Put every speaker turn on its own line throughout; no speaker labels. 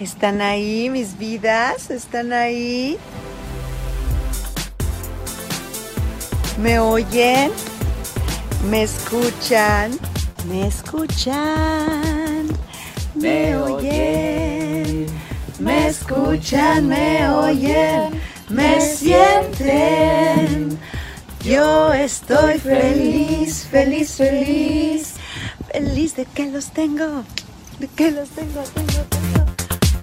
¿Están ahí mis vidas? ¿Están ahí? ¿Me oyen? ¿Me escuchan? ¿Me escuchan? ¿Me oyen? ¿Me escuchan? ¿Me oyen? ¿Me sienten? Yo estoy feliz, feliz, feliz. Feliz de que los tengo. De que los tengo, tengo, tengo.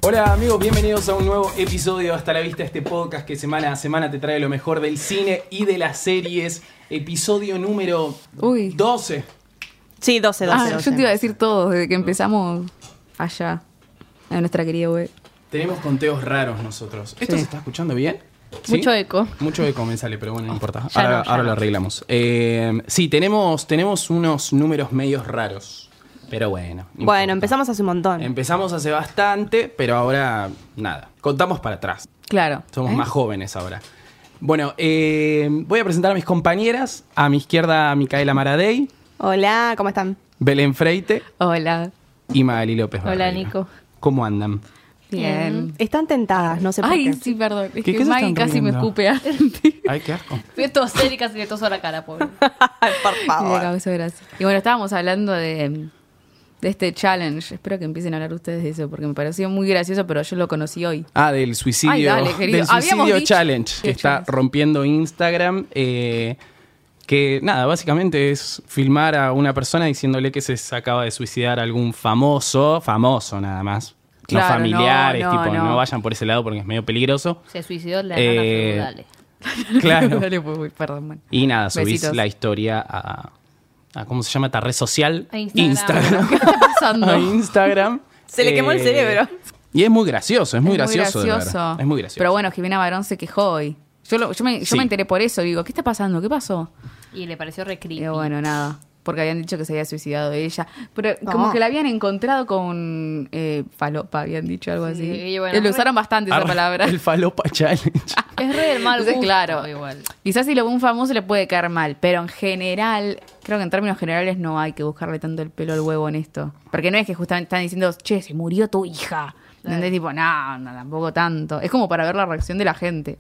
Hola amigos, bienvenidos a un nuevo episodio de Hasta la Vista, este podcast que semana a semana te trae lo mejor del cine y de las series. Episodio número
Uy.
12.
Sí, 12, 12.
Ah, yo te iba a decir todo desde que empezamos allá, en nuestra querida web.
Tenemos conteos raros nosotros. ¿Esto
Sí.
se está escuchando bien? ¿Sí?
Mucho eco.
Mucho eco me sale, pero bueno, no importa.
ya
Ahora,
no, ya
ahora
no.
lo arreglamos. Eh, sí, tenemos, tenemos unos números medios raros. Pero bueno. no importa. Em-
Bueno, empezamos hace un montón.
Empezamos hace bastante, pero ahora nada. Contamos para atrás.
Claro.
Somos
¿Eh?
más jóvenes ahora. Bueno, eh, voy a presentar a mis compañeras. A mi izquierda, Micaela Maradei,
Hola, ¿cómo están?
Belén Freite
Hola.
y Magali López.
Hola,
Barreiro.
Nico.
¿Cómo andan?
Bien.
Están tentadas, no sé por
Ay,
qué.
sí, perdón. Es
¿Qué- qué
que
se
Maggie
están
casi me
riendo?
escupe antes.
Ay, qué asco.
Fui a toser y casi le toso la cara, pobre.
por
Y de
favor.
cabeza de gracia. Y bueno, estábamos hablando de, de este challenge. Espero que empiecen a hablar ustedes de eso, porque me pareció muy gracioso, pero yo lo conocí hoy.
Ah, del suicidio,
Ay, dale, querido.
del
Habíamos
suicidio
dicho-
challenge que
Sí,
está
challenge.
rompiendo Instagram. eh, que nada, básicamente es filmar a una persona diciéndole que se acaba de suicidar algún famoso, famoso nada más.
Claro,
no familiares,
no, no,
tipo, no.
no.
vayan por ese lado porque es medio peligroso.
Se suicidó la
Eh,
nana feudal.
Claro.
Dale, pues, uy, perdón, man.
Y nada, subís
Besitos.
la historia a, a- ¿Cómo se llama esta red social?
A Instagram.
¿Qué está pasando?
a Instagram. Eh,
Se le quemó el cerebro.
Y es muy gracioso, es muy
Es
gracioso. de ver.
gracioso.
Es muy gracioso.
Pero bueno, Jimena Barón se quejó hoy. Yo, lo- yo, me, yo
Sí.
me enteré por eso. Digo, ¿qué está pasando? ¿Qué pasó?
Y le pareció re creepy.
Y eh, bueno, nada. Porque habían dicho que se había suicidado ella. Pero como
No.
que la habían encontrado con eh, falopa, habían dicho algo
Sí,
así. Eh,
y bueno,
lo usaron bastante esa
Arre-
palabra.
El falopa challenge.
Es re del mal
Entonces,
gusto,
claro.
igual.
Quizás si lo ve un famoso le puede caer mal, pero en general, creo que en términos generales no hay que buscarle tanto el pelo al huevo en esto. Porque no es que justamente están diciendo, che, se murió tu hija. ¿Entendés? Tipo, no, no, tampoco tanto. Es como para ver la reacción de la gente.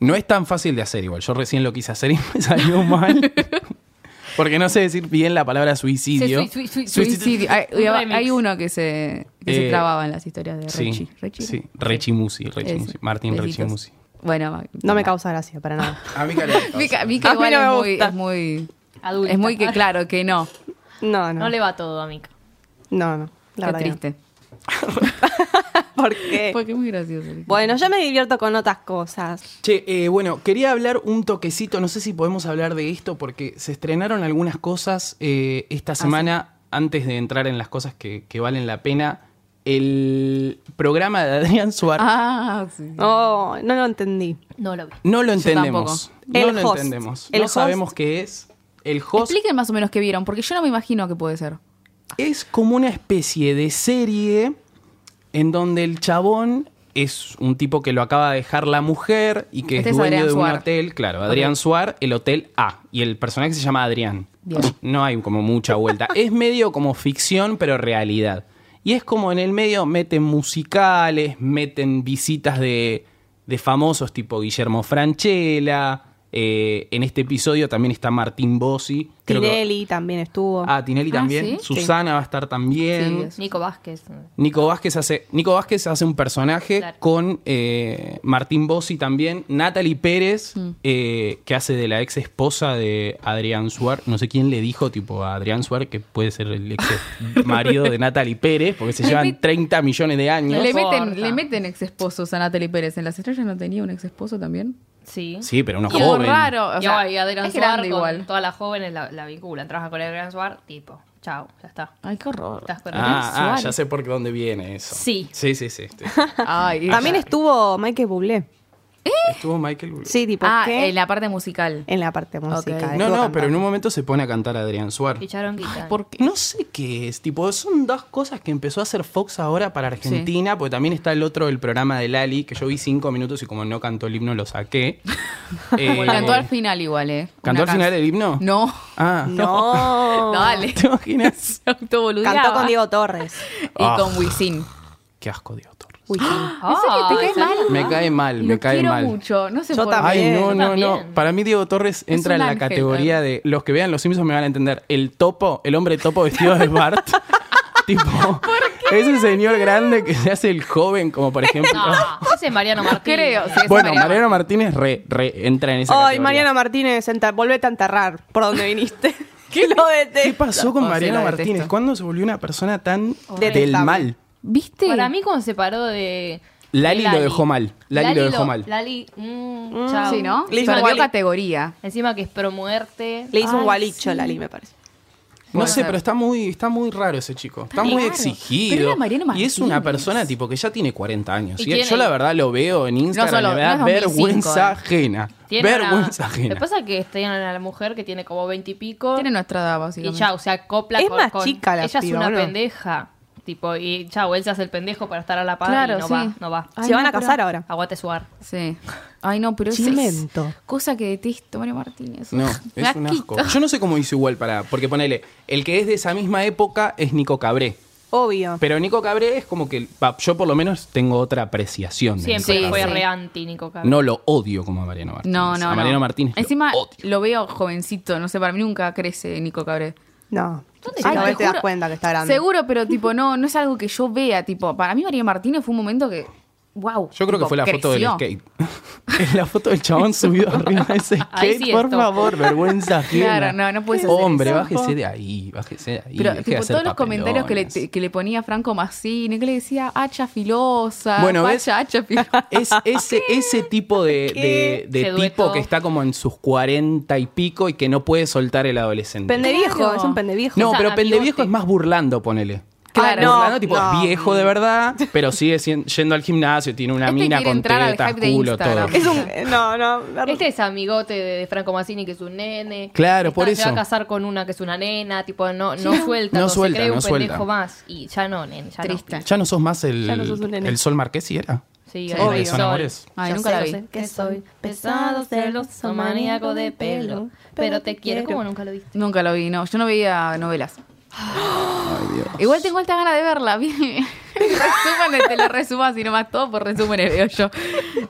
No es tan fácil de hacer igual. Yo recién lo quise hacer y me salió mal. Porque no sé decir bien la palabra suicidio.
Sí, sui- sui- sui-
Suicidio. Hay,
Un
hay-
remix.
hay uno que se, que se
Eh,
trababa en las historias de
Sí,
Rechi. ¿Rechi era?
sí. Rechimusi, Rechimusi.
Ese.
Martín
Besitos.
Rechimusi.
Bueno, va-
No me causa gracia para nada.
A mí
Mica, Mica
A mí
igual
no
es,
me
muy,
gusta.
es muy.
Adulta. Ah,
Es muy que claro que no.
No, no.
No le va todo a Mika.
No, no. La
Qué
verdad que no.
triste.
¿Por qué?
Porque es muy gracioso.
Bueno, yo me divierto con otras cosas.
Che, eh, bueno, quería hablar un toquecito, no sé si podemos hablar de esto, porque se estrenaron algunas cosas eh,
Ah,
esta semana, antes de entrar en las cosas que, que valen la pena. El programa de Adrián Suárez.
Ah, sí.
Oh, no lo entendí.
No lo vi.
No lo entendemos.
tampoco.
No
El
lo
host.
entendemos.
El
no
host.
sabemos qué es. El host
Expliquen más o menos qué vieron, porque yo no me imagino qué puede ser.
es como una especie de serie en donde el chabón es un tipo que lo acaba de dejar la mujer y que
Este
es
es
dueño
Adrián
de un
Suar.
hotel, claro, Adrián Suar, el hotel A, y el personaje se llama Adrián.
Bien.
No hay como mucha vuelta. es medio como ficción, pero realidad. Y es como en el medio meten musicales, meten visitas de, de famosos tipo Guillermo Franchella. eh, en este episodio también está Martín Bossi. Creo que-
Tinelli también estuvo.
Ah, Tinelli
Ah,
también.
¿sí?
Susana va a estar también.
Sí,
Nico Vázquez.
Nico Vázquez hace. Nico Vázquez hace un personaje
Claro.
con eh, Martín Bossi también. Natalie Pérez, eh, que hace de la ex esposa de Adrián Suar. No sé quién le dijo, tipo, a Adrián Suar, que puede ser el ex marido de Natalie Pérez, porque se llevan 30 millones de años.
Le
importa.
meten, le meten ex esposos a Natalie Pérez. ¿En las estrellas no tenía un ex esposo también?
Sí.
Sí, pero uno
Y algo
joven.
raro. o
Y
sea,
ahora, y Adrián
es
Suar
grande
con
igual.
Todas las jóvenes la, la vinculan. Trabaja con Adrián Suar, tipo, chao, ya está.
Ay, qué horror.
Estás con Adrián Suar.
Ah, ah,
Suárez.
ya sé por dónde viene eso.
Sí.
Sí, sí, sí. este.
Ay,
También
ella-
estuvo Michael Bublé.
Estuvo Michael Bublé.
Sí, tipo,
Ah,
¿qué?
en la parte musical.
En la parte musical.
No,
estuvo
no, pero en
cantando.
un momento se pone a cantar Adrián Suar.
Y Charonguita.
¿Por qué?
No sé qué es, tipo, son dos cosas que empezó a hacer Fox ahora para Argentina, porque también está el otro, el programa de Lali, que yo vi cinco minutos y como no cantó el himno lo saqué. Eh,
Cantó al final igual, ¿eh?
¿Cantó
Una
al final
can-
el himno?
No.
Ah,
No.
Dale.
¿Te imaginas? Ah.
Autoboludeaba.
Cantó con Diego Torres.
Y con Wisin.
qué asco, Dios, Torres.
Uy, sí.
¿En serio te
Ay,
cae mal?
Me cae mal,
Ah, Lo
me cae
quiero
mal.
mucho, no sé
Yo
por qué.
también.
Ay, no,
Yo
no, no.
también.
Para mí Diego Torres entra
un
en la
ángel,
categoría de los que vean Los Simpsons me van a entender. El topo, el hombre topo vestido de Bart. tipo, ese señor grande que se hace el joven, como por ejemplo.
No, ese es Mariano Martínez.
Creo, sí.
Bueno,
Mariano.
Mariano Martínez re, re entra en esa
Ay,
categoría.
Mariana Martínez, enta- volvete a enterrar por donde viniste. ¿Qué lo
¿Qué
detesto.
pasó con
Oh, sí,
Mariana
la detesto.
Martínez? ¿Cuándo se volvió una persona tan
Horrible.
del mal?
¿Viste?
Para mí cuando se paró de...
Lali
de
lo dejó mal. Lali lo dejó mal.
Lali, mm, chao.
Sí, ¿no?
Le hizo
Perdió
igual.
categoría.
Encima que es pro muerte.
Le hizo un
Ay,
gualicho
sí.
a Lali, me parece.
No
Puede
sé,
ser.
pero está muy, está muy raro ese chico. Está, muy
raro. Pero
exigido.
era Mariano
y es una
Martínez.
persona tipo que ya tiene 40 años.
¿Y
Y
quién
yo
es?
la verdad lo veo en Instagram
solo-
y me da
no es 2005,
vergüenza
eh.
ajena.
Tiene una-
vergüenza ajena.
Lo que pasa es que tienen a la mujer que tiene como 20 y pico.
Tiene nuestra edad,
y
básicamente.
chau, se acopla
Es
con,
más
con-
chica la
Ella
piba,
es una
¿o no?
pendeja. Tipo, y chau, él se hace el pendejo para estar a la par
Claro,
y no
sí.
va, no va.
Ay,
Se van
no,
a
pero-
casar ahora.
Aguante suar.
Sí. Ay, no, pero es-
Chimento.
es cosa que detesto, Mario Martínez.
No,
Me
es
da
un asco.
quito.
Yo no sé cómo hizo igual para. Porque ponele, el que es de esa misma época es Nico Cabré.
Obvio.
Pero Nico Cabré es como que. va, Yo por lo menos tengo otra apreciación. de
Siempre
Nico
fue
Cabré.
re anti Nico Cabrera.
No lo odio como a Mariano Martínez.
No, no,
A Mariano
no.
Martínez. lo
Encima
odio.
lo veo jovencito, no sé, para mí nunca crece Nico Cabré.
No.
¿Dónde
Ay,
está?
no,
Te
te das
juro-
cuenta que está grande.
Seguro, pero tipo, no, no es algo que yo vea, tipo, para mí Mariano Martínez fue un momento que, wow.
Yo creo que fue la foto del skate. Es la foto del chabón subido arriba de ese
Ahí
skate.
sí
por
estoy.
favor, vergüenza ajena.
Claro, no, no puedes hacer
Hombre,
eso.
bájese de ahí, bájese de ahí.
Pero
deje de
tipo,
hacer
todos los comentarios que le,
papelones.
que le ponía Franco Massini, que le decía hacha filosa,
Bueno,
facha,
¿ves?
hacha filosa.
Es ese, ese tipo de, de- de
Se
tipo
duetó.
que está como en sus cuarenta y pico y que no puede soltar el adolescente.
Pendeviejo,
Claro.
es un pendeviejo.
no,
O sea,
pero
amigote.
pendeviejo es más burlando, ponele.
Claro.
no,
No,
burlando, tipo
no.
viejo de verdad, pero sigue sien- yendo al gimnasio, tiene una
Este
mina
quiere
con
entrar al
tetas,
hype de
culo, todo.
Instagram.
Es un. eh, No, no. ver-
Este es amigote de, de Franco Mazzini, que es un nene.
Claro,
Está-
por
Se va
eso.
a casar con una que es una nena, tipo, no, no suelta.
No
no
suelta,
se cree
no
un
suelta.
pendejo más. Y ya no, nene, ya no.
Triste.
Ya no sos más el,
Ya no sos un nene.
el sol marqués, ¿y era?
Sí,
Sí,
obvio.
obvio.
Son amores.
Ay,
Yo
nunca
sé,
la
yo
vi.
sé que soy pesado, celoso, maníaco de pelo. Pero te quiero como nunca lo viste.
Nunca lo vi, no. Yo no veía novelas. Igual tengo alta ganas de verla. bien. resumen, te lo resumo así nomás todo por resúmenes veo yo.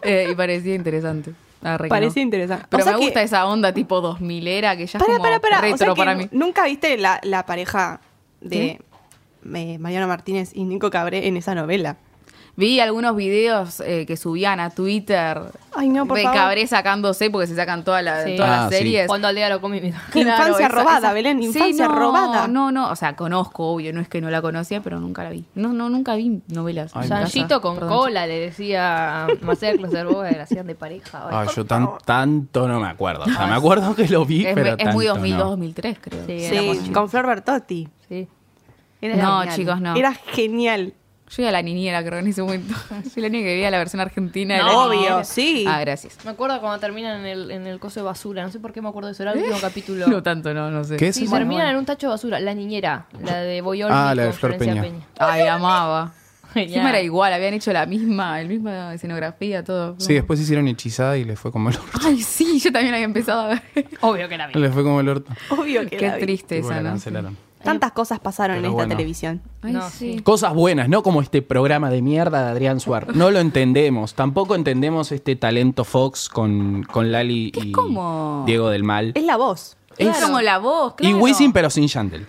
Eh, y parecía interesante. La verdad que
Parecía
no.
interesante.
Pero
O sea
me
que-
gusta esa onda tipo 2000 era que ya es
Pará,
como
pará, pará. O sea
retro
que
para mí.
¿Nunca viste la, la pareja de eh, Mariano Martínez y Nico Cabré en esa novela?
Vi algunos videos eh, que subían a Twitter
Ay, no, por
de
favor.
Cabré sacándose porque se sacan toda la-
Sí.
todas
Ah,
las
sí.
series.
Cuando aldea lo comí, mira.
Qué infancia robada, Belén,
Sí,
infancia
no,
robada.
No, no, o sea, conozco, obvio, no es que no la conocía, pero nunca la vi. No, no, nunca vi novelas.
Ay,
en
no.
casa.
Sanchito con
Perdón.
cola, le decía a Marcela Closerboga, le hacían de pareja. Ay,
Ah, yo tan, tanto no me acuerdo. O sea, me acuerdo que lo vi,
Es,
pero
es muy
tanto
2002,
no.
2003, creo.
Sí. era muy
Sí, eh. con Flor Bertotti.
sí.
Era
No,
genial.
chicos, no.
Era genial.
Yo era la niñera, creo, en ese momento. Yo la niña que veía la versión argentina. de
No,
la
obvio,
niñera.
sí.
Ah, gracias.
Me acuerdo cuando terminan en el, en el coso de basura. No sé por qué me acuerdo de eso. Era el
¿Eh?
último capítulo.
No tanto, no, no sé.
¿Qué es
Sí,
eso?
terminan en un tacho de basura. La niñera, la de Boyol.
Ah, la de Flor Peña.
Ay, amaba.
Genial.
Encima era igual, habían hecho la misma, la misma escenografía, todo.
Sí, después hicieron hechizada y le fue como el orto.
Ay, sí, yo también había empezado a ver.
Obvio que era bien.
Le fue como el orto.
Obvio que
Qué
la vi.
triste
Tipo,
esa,
la
¿no?
cancelaron.
Tantas cosas pasaron en
Pero
esta
bueno.
televisión.
Ay,
No,
sí.
Cosas buenas, no como este programa de mierda de Adrián Suar. No lo entendemos. Tampoco entendemos este talento Fox con, con Lali
Pues,
y
como-
Diego del Mal.
Es la voz.
Es
Es-
como la voz, claro.
Y Wisin, pero sin Yandel.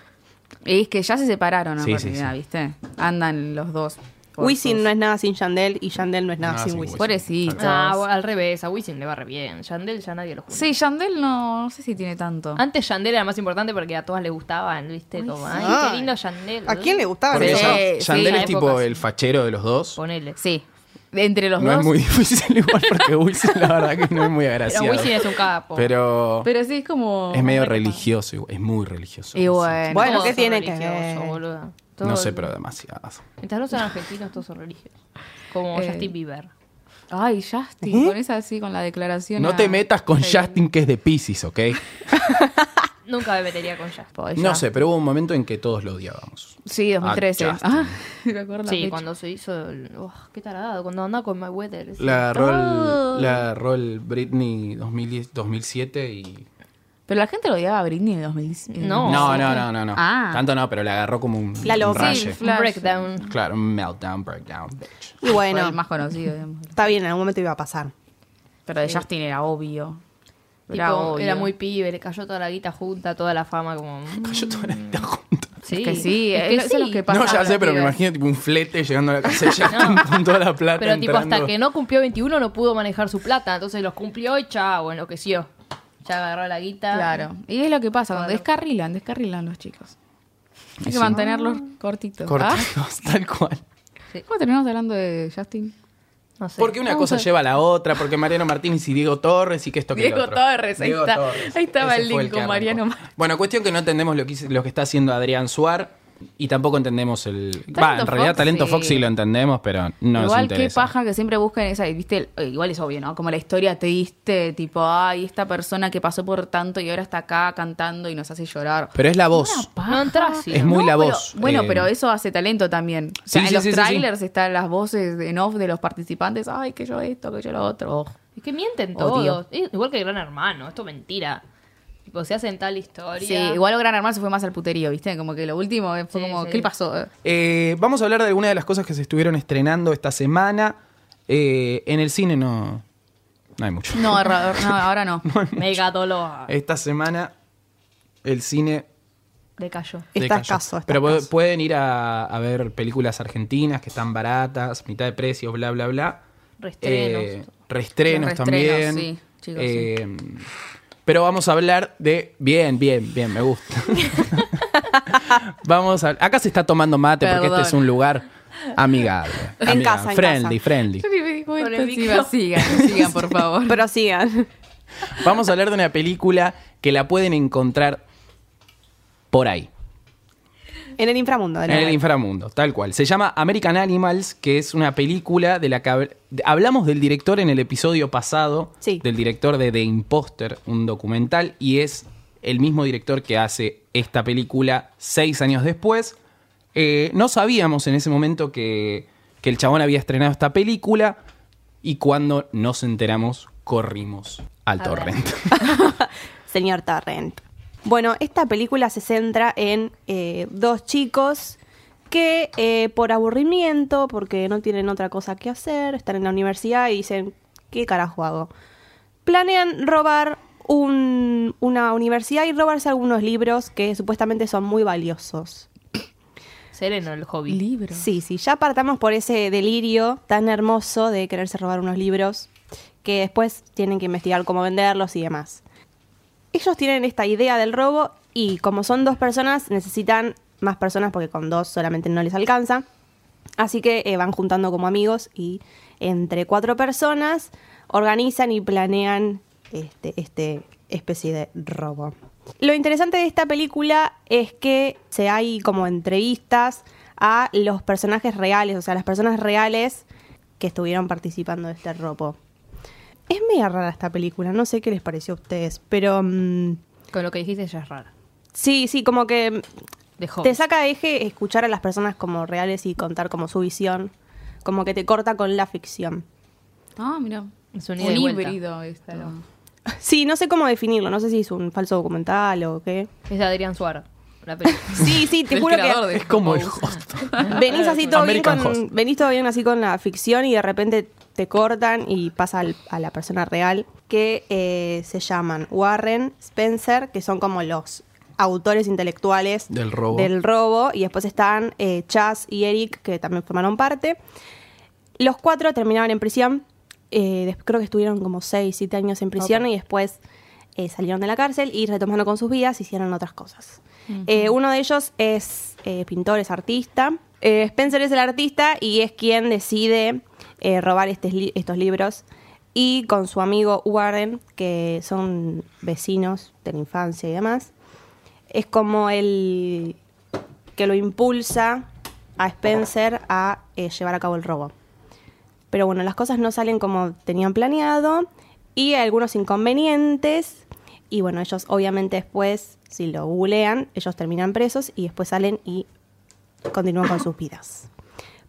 Y es que ya se separaron, en
Sí, sí,
realidad,
sí.
¿viste? Andan los dos. por
Wisin
sus-
no es nada sin Yandel y Yandel no es nada, sin Wisin.
Pobrecitos.
Ah, bueno, al revés. A Wisin le va re bien. Yandel ya nadie lo juzga.
Sí, Yandel no, no sé si tiene tanto.
Antes Yandel era más importante porque a todas le gustaban, ¿viste? Como, ay, qué lindo Yandel.
¿A quién le gustaba?
Porque
Ah, Sí,
ya-
sí,
Yandel
la
es tipo
época, sí.
el fachero de los dos.
Ponele.
Sí, de entre los
No
dos.
es muy difícil igual porque Wisin la verdad que no es muy
Pero
agraciado.
Wisin es un capo.
Pero
Pero sí, es como...
es medio religioso, igual, es muy religioso.
Y
Wisin.
bueno.
Bueno,
Todos
¿qué
son
tiene que
religiosos,
ver?
boluda.
No
Todos-
sé, pero demasiadas.
Mientras no sean argentinos, todos son religiosos. Como
Eh.
Justin Bieber.
Ay, Justin, con esa así, con la declaración.
¿Mm? No
a-
te metas con
Sí.
Justin que es de Pisces, ¿ok?
Nunca me metería con Justin.
Pobre
No
Justin.
sé, pero hubo un momento en que todos lo odiábamos.
Sí, 2013.
Ah, Justin.
Ah, me acuerdo la
Sí,
fecha.
cuando se hizo el... Uf, qué tarado. Cuando andaba con My Weather.
La agarró, el-
Oh.
la agarró el Britney 2010, 2007 y
Pero la gente lo odiaba a Britney en 2010. en
No.
No,
sí,
no, no,
claro.
no, no.
Oh, Ah.
Tanto no, pero le agarró como un,
La
un
loca.
raye.
Sí, un breakdown.
Claro, un meltdown, breakdown, bitch.
Y
Fue
bueno,
el más conocido, digamos.
está bien, en algún momento iba a pasar.
Pero de Justin era obvio. Era
Tipo,
obvio.
era muy pibe, le cayó toda la guita junta, toda la fama como... mm,
Cayó toda la vida junta.
Sí,
que sí, es- eso es lo que pasa.
No, ya
Pasaba,
sé, pero me
pibe.
imagino tipo un flete llegando a la casa de Justin con toda la plata.
Pero tipo, hasta
entrando.
que no cumplió 21 no pudo manejar su plata, entonces los cumplió y chao, enloqueció. Ya agarró la guita.
Claro. Y es lo que pasa, cuando descarrilan, descarrilan los chicos. Hay que mantenerlos cortitos. Ah,
Cortados, tal cual.
¿Cómo terminamos hablando de Justin?
No sé.
Porque una cosa lleva a la otra, porque Mariano Martínez y Diego Torres y que esto que
pues. Diego
lo otro.
Torres, ahí está. Ahí estaba
Ese
el
fue
link
que
con
arrancó.
Mariano Martínez.
Bueno, cuestión que no entendemos lo que, hizo- lo que está haciendo Adrián Suar y tampoco entendemos el... Va, en
Talento
realidad
Fox,
Talento
sí.
Fox sí lo entendemos, pero no nos
Igual qué
interesa.
paja que siempre buscan esa, y viste, eh, igual es obvio, ¿no? Como la historia triste, tipo, ay, esta persona que pasó por tanto y ahora está acá cantando y nos hace llorar.
Pero es la voz.
Una paja.
No entras
Es muy la
pero-
voz,
bueno,
eh.
pero eso hace talento también. O
Sí,
sea, en
sí,
los
sí, sí, sí.
trailers están las voces en off de los participantes. Ay, que yo esto, que yo lo otro. Oh.
Es que mienten
Odio.
todos. Es igual que Gran Hermano, esto es mentira. Tipo, se hacen tal historia.
Sí, igual lo Gran Hermano se fue más al puterío, ¿viste? Como que lo último eh, fue
Sí,
como,
sí.
¿qué le pasó?
Eh, vamos a hablar de algunas de las cosas que se estuvieron estrenando esta semana. Eh, en el cine no, no hay mucho.
No, error, no, ahora no.
Mega dolor.
Esta semana el cine
Decayó.
Está
decayó.
escaso. está
Pero pu-
escaso.
pueden ir a, a ver películas argentinas que están baratas, mitad de precio, bla, bla, bla.
Reestrenos.
Eh, reestrenos
Los
también.
reestrenos, sí, chicos,
Eh, Pero vamos a hablar de. Bien, bien, bien, me gusta. vamos a. Acá se está tomando mate porque
Perdón.
este es un lugar amigable.
En
amigable,
casa, en
friendly,
casa.
friendly.
Yo ni me di cuenta.
Con el
Sí,
micro.
va, sigan, sigan, por favor.
Pero sigan.
Vamos a hablar de una película que la pueden encontrar por ahí.
En el inframundo. de
En el
nuevo.
inframundo, tal cual. Se llama American Animals, que es una película de la que hab- hablamos del director en el episodio pasado,
Sí.
del director de The Imposter, un documental, y es el mismo director que hace esta película seis años después. Eh, no sabíamos en ese momento que, que el chabón había estrenado esta película, y cuando nos enteramos, corrimos al
A
torrent.
Señor Torrent. Bueno, esta película se centra en eh, dos chicos que eh, por aburrimiento, porque no tienen otra cosa que hacer, están en la universidad y dicen, ¿qué carajo hago? Planean robar un- una universidad y robarse algunos libros que supuestamente son muy valiosos.
Sereno el hobby.
Libro.
Sí, sí, ya partamos por ese delirio tan hermoso de quererse robar unos libros que después tienen que investigar cómo venderlos y demás. Ellos tienen esta idea del robo y como son dos personas necesitan más personas porque con dos solamente no les alcanza. Así que eh, van juntando como amigos y entre cuatro personas organizan y planean este, este especie de robo. Lo interesante de esta película es que se hay como entrevistas a los personajes reales, o sea, las personas reales que estuvieron participando de este robo. Es media rara esta película, no sé qué les pareció a ustedes, pero mm,
Con lo que dijiste ya es raro.
sí, sí, como que
De hobby.
te saca de eje escuchar a las personas como reales y contar como su visión. Como que te corta con la ficción.
Ah, mira.
Es un ida y vuelta.
híbrido esto.
Claro.
Sí, no sé cómo definirlo. No sé si es un falso documental o qué.
Es de Adrián Suárez. La película.
Sí, sí, te
Del
juro
creador
que
es como el host.
venís así todo bien
American
con,
Host.
venís todo bien así con la ficción y de repente te cortan y pasa al- a la persona real que eh, se llaman Warren, Spencer, que son como los autores intelectuales
Del robo.
del robo, y después están eh, Chas y Eric, que también formaron parte. Los cuatro terminaron en prisión. eh, des- creo que estuvieron como 6, 7 años en prisión y después eh, salieron de la cárcel y retomando con sus vidas hicieron otras cosas. Eh, uno de ellos es eh, pintor, es artista. Eh, Spencer es el artista y es quien decide eh, robar estes li- estos libros. Y con su amigo Warren, que son vecinos de la infancia y demás, es como el que lo impulsa a Spencer a eh, llevar a cabo el robo. Pero bueno, las cosas no salen como tenían planeado y hay algunos inconvenientes. Y bueno, ellos obviamente después, si lo googlean, ellos terminan presos y después salen y continúan con sus vidas.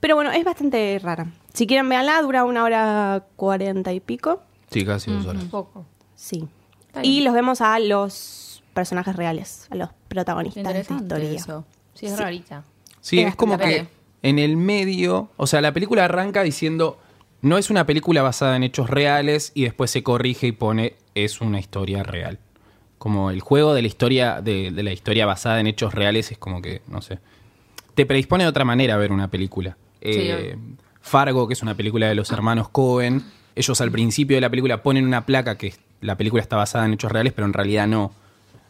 Pero bueno, es bastante rara. Si quieren, véanla, dura una hora cuarenta y pico.
Sí, casi dos horas.
Un poco.
Sí.
Está
Y
bien.
los vemos a los personajes reales, a los protagonistas de esta
Interesante
historia.
eso. Sí, es rarita.
Sí,
Era
es como
la
que
peli.
en el medio, o sea, la película arranca diciendo, no es una película basada en hechos reales y después se corrige y pone, es una historia real. Como el juego de la historia, de, de la historia basada en hechos reales es como que, no sé, te predispone de otra manera a ver una película. Eh, Fargo, que es una película de los hermanos Cohen, ellos al principio de la película ponen una placa que es- la película está basada en hechos reales, pero en realidad no.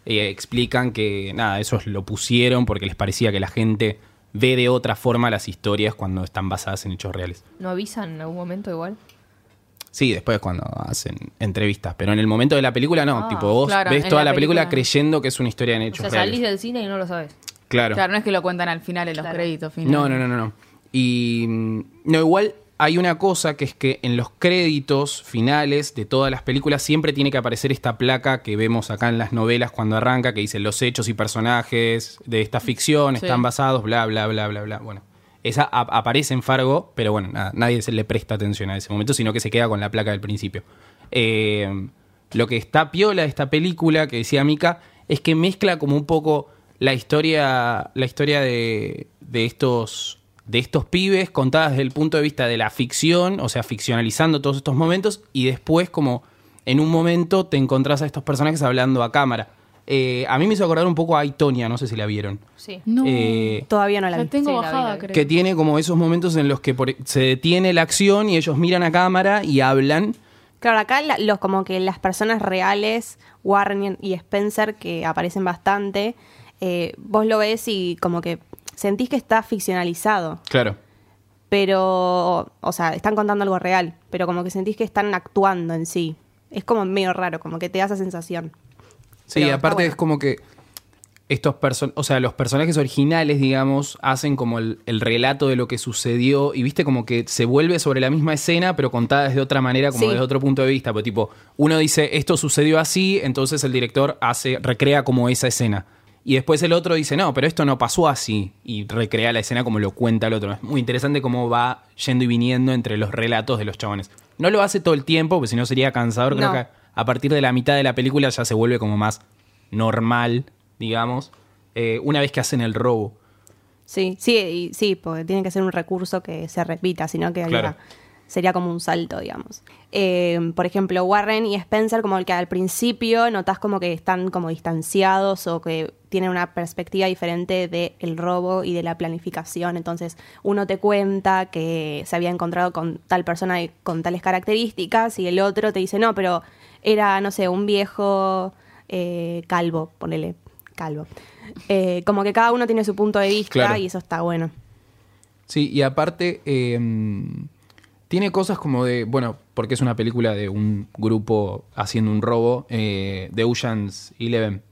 Eh, explican que nada, esos lo pusieron porque les parecía que la gente ve de otra forma las historias cuando están basadas en hechos reales.
¿No avisan en algún momento igual?
Sí, después cuando hacen entrevistas, pero en el momento de la película no,
Ah,
tipo vos
claro,
ves
en
toda la
la
película,
película.
creyendo que es una historia en
O
hechos
sea,
reales.
salís del cine y no lo sabes.
Claro, no es que lo cuentan al final en los
Claro.
créditos finales.
No, no, no, no, no. Y mm, no, igual hay una cosa que es que en los créditos finales de todas las películas siempre tiene que aparecer esta placa que vemos acá en las novelas cuando arranca, que dice los hechos y personajes de esta ficción están basados, bla, bla, bla, bla, bla. Bueno, esa a- aparece en Fargo, pero bueno, nada, nadie se le presta atención a ese momento, sino que se queda con la placa del principio. Eh, lo que está piola de esta película, que decía Mika, es que mezcla como un poco la historia, la historia de, de estos de estos pibes contadas desde el punto de vista de la ficción, o sea, ficcionalizando todos estos momentos y después como en un momento te encontrás a estos personajes hablando a cámara. Eh, a mí me hizo acordar un poco a Itonia, no sé si la vieron.
Sí.
No.
Eh,
Todavía no la
la
vi.
tengo
Sí, la vi,
bajada,
la vi.
creo.
que tiene como esos momentos en los que por- e, se detiene la acción y ellos miran a cámara y hablan.
Claro, acá la- los como que las personas reales, Warren y Spencer, que aparecen bastante, eh, vos lo ves y como que sentís que está ficcionalizado,
Claro.
pero, o sea, están contando algo real, pero como que sentís que están actuando en sí. Es como medio raro, como que te da esa sensación.
Sí,
Pero está
aparte
bueno.
es como que estos personajes, o sea, los personajes originales, digamos, hacen como el, el relato de lo que sucedió y viste como que se vuelve sobre la misma escena, pero contada desde otra manera, como
Sí.
desde otro punto de vista. Pues tipo, uno dice, esto sucedió así, entonces el director hace, recrea como esa escena. Y después el otro dice, no, pero esto no pasó así. Y recrea la escena como lo cuenta el otro. Es muy interesante cómo va yendo y viniendo entre los relatos de los chabones. No lo hace todo el tiempo, porque si no sería cansador. Creo
No.
que a partir de la mitad de la película ya se vuelve como más normal, digamos, eh, una vez que hacen el robo.
Sí, sí, y- sí, porque tiene que ser un recurso que se repita, sino que
Claro.
había- sería como un salto, digamos. Eh, por ejemplo, Warren y Spencer, como el que al principio notas como que están como distanciados o que tienen una perspectiva diferente del robo y de la planificación. Entonces, uno te cuenta que se había encontrado con tal persona y con tales características y el otro te dice, no, pero era, no sé, un viejo eh, calvo, ponele calvo. Eh, como que cada uno tiene su punto de vista
Claro.
y eso está bueno.
Sí, y aparte eh, tiene cosas como de, bueno, porque es una película de un grupo haciendo un robo, eh, de Ocean's Eleven,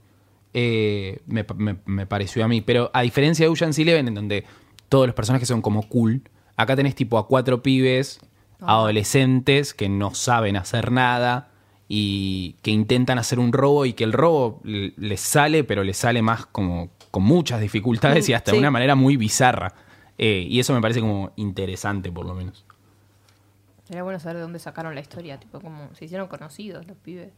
eh, me, pa- me- me pareció a mí, pero a diferencia de Ocean's Eleven, en donde todos los personajes son como cool, acá tenés tipo a cuatro pibes, adolescentes que no saben hacer nada y que intentan hacer un robo y que el robo l- les sale, pero les sale más como con muchas dificultades y hasta de
Sí.
una manera muy bizarra. Eh, y eso me parece como interesante, por lo menos.
Sería bueno saber de dónde sacaron la historia, tipo, como se hicieron conocidos los pibes.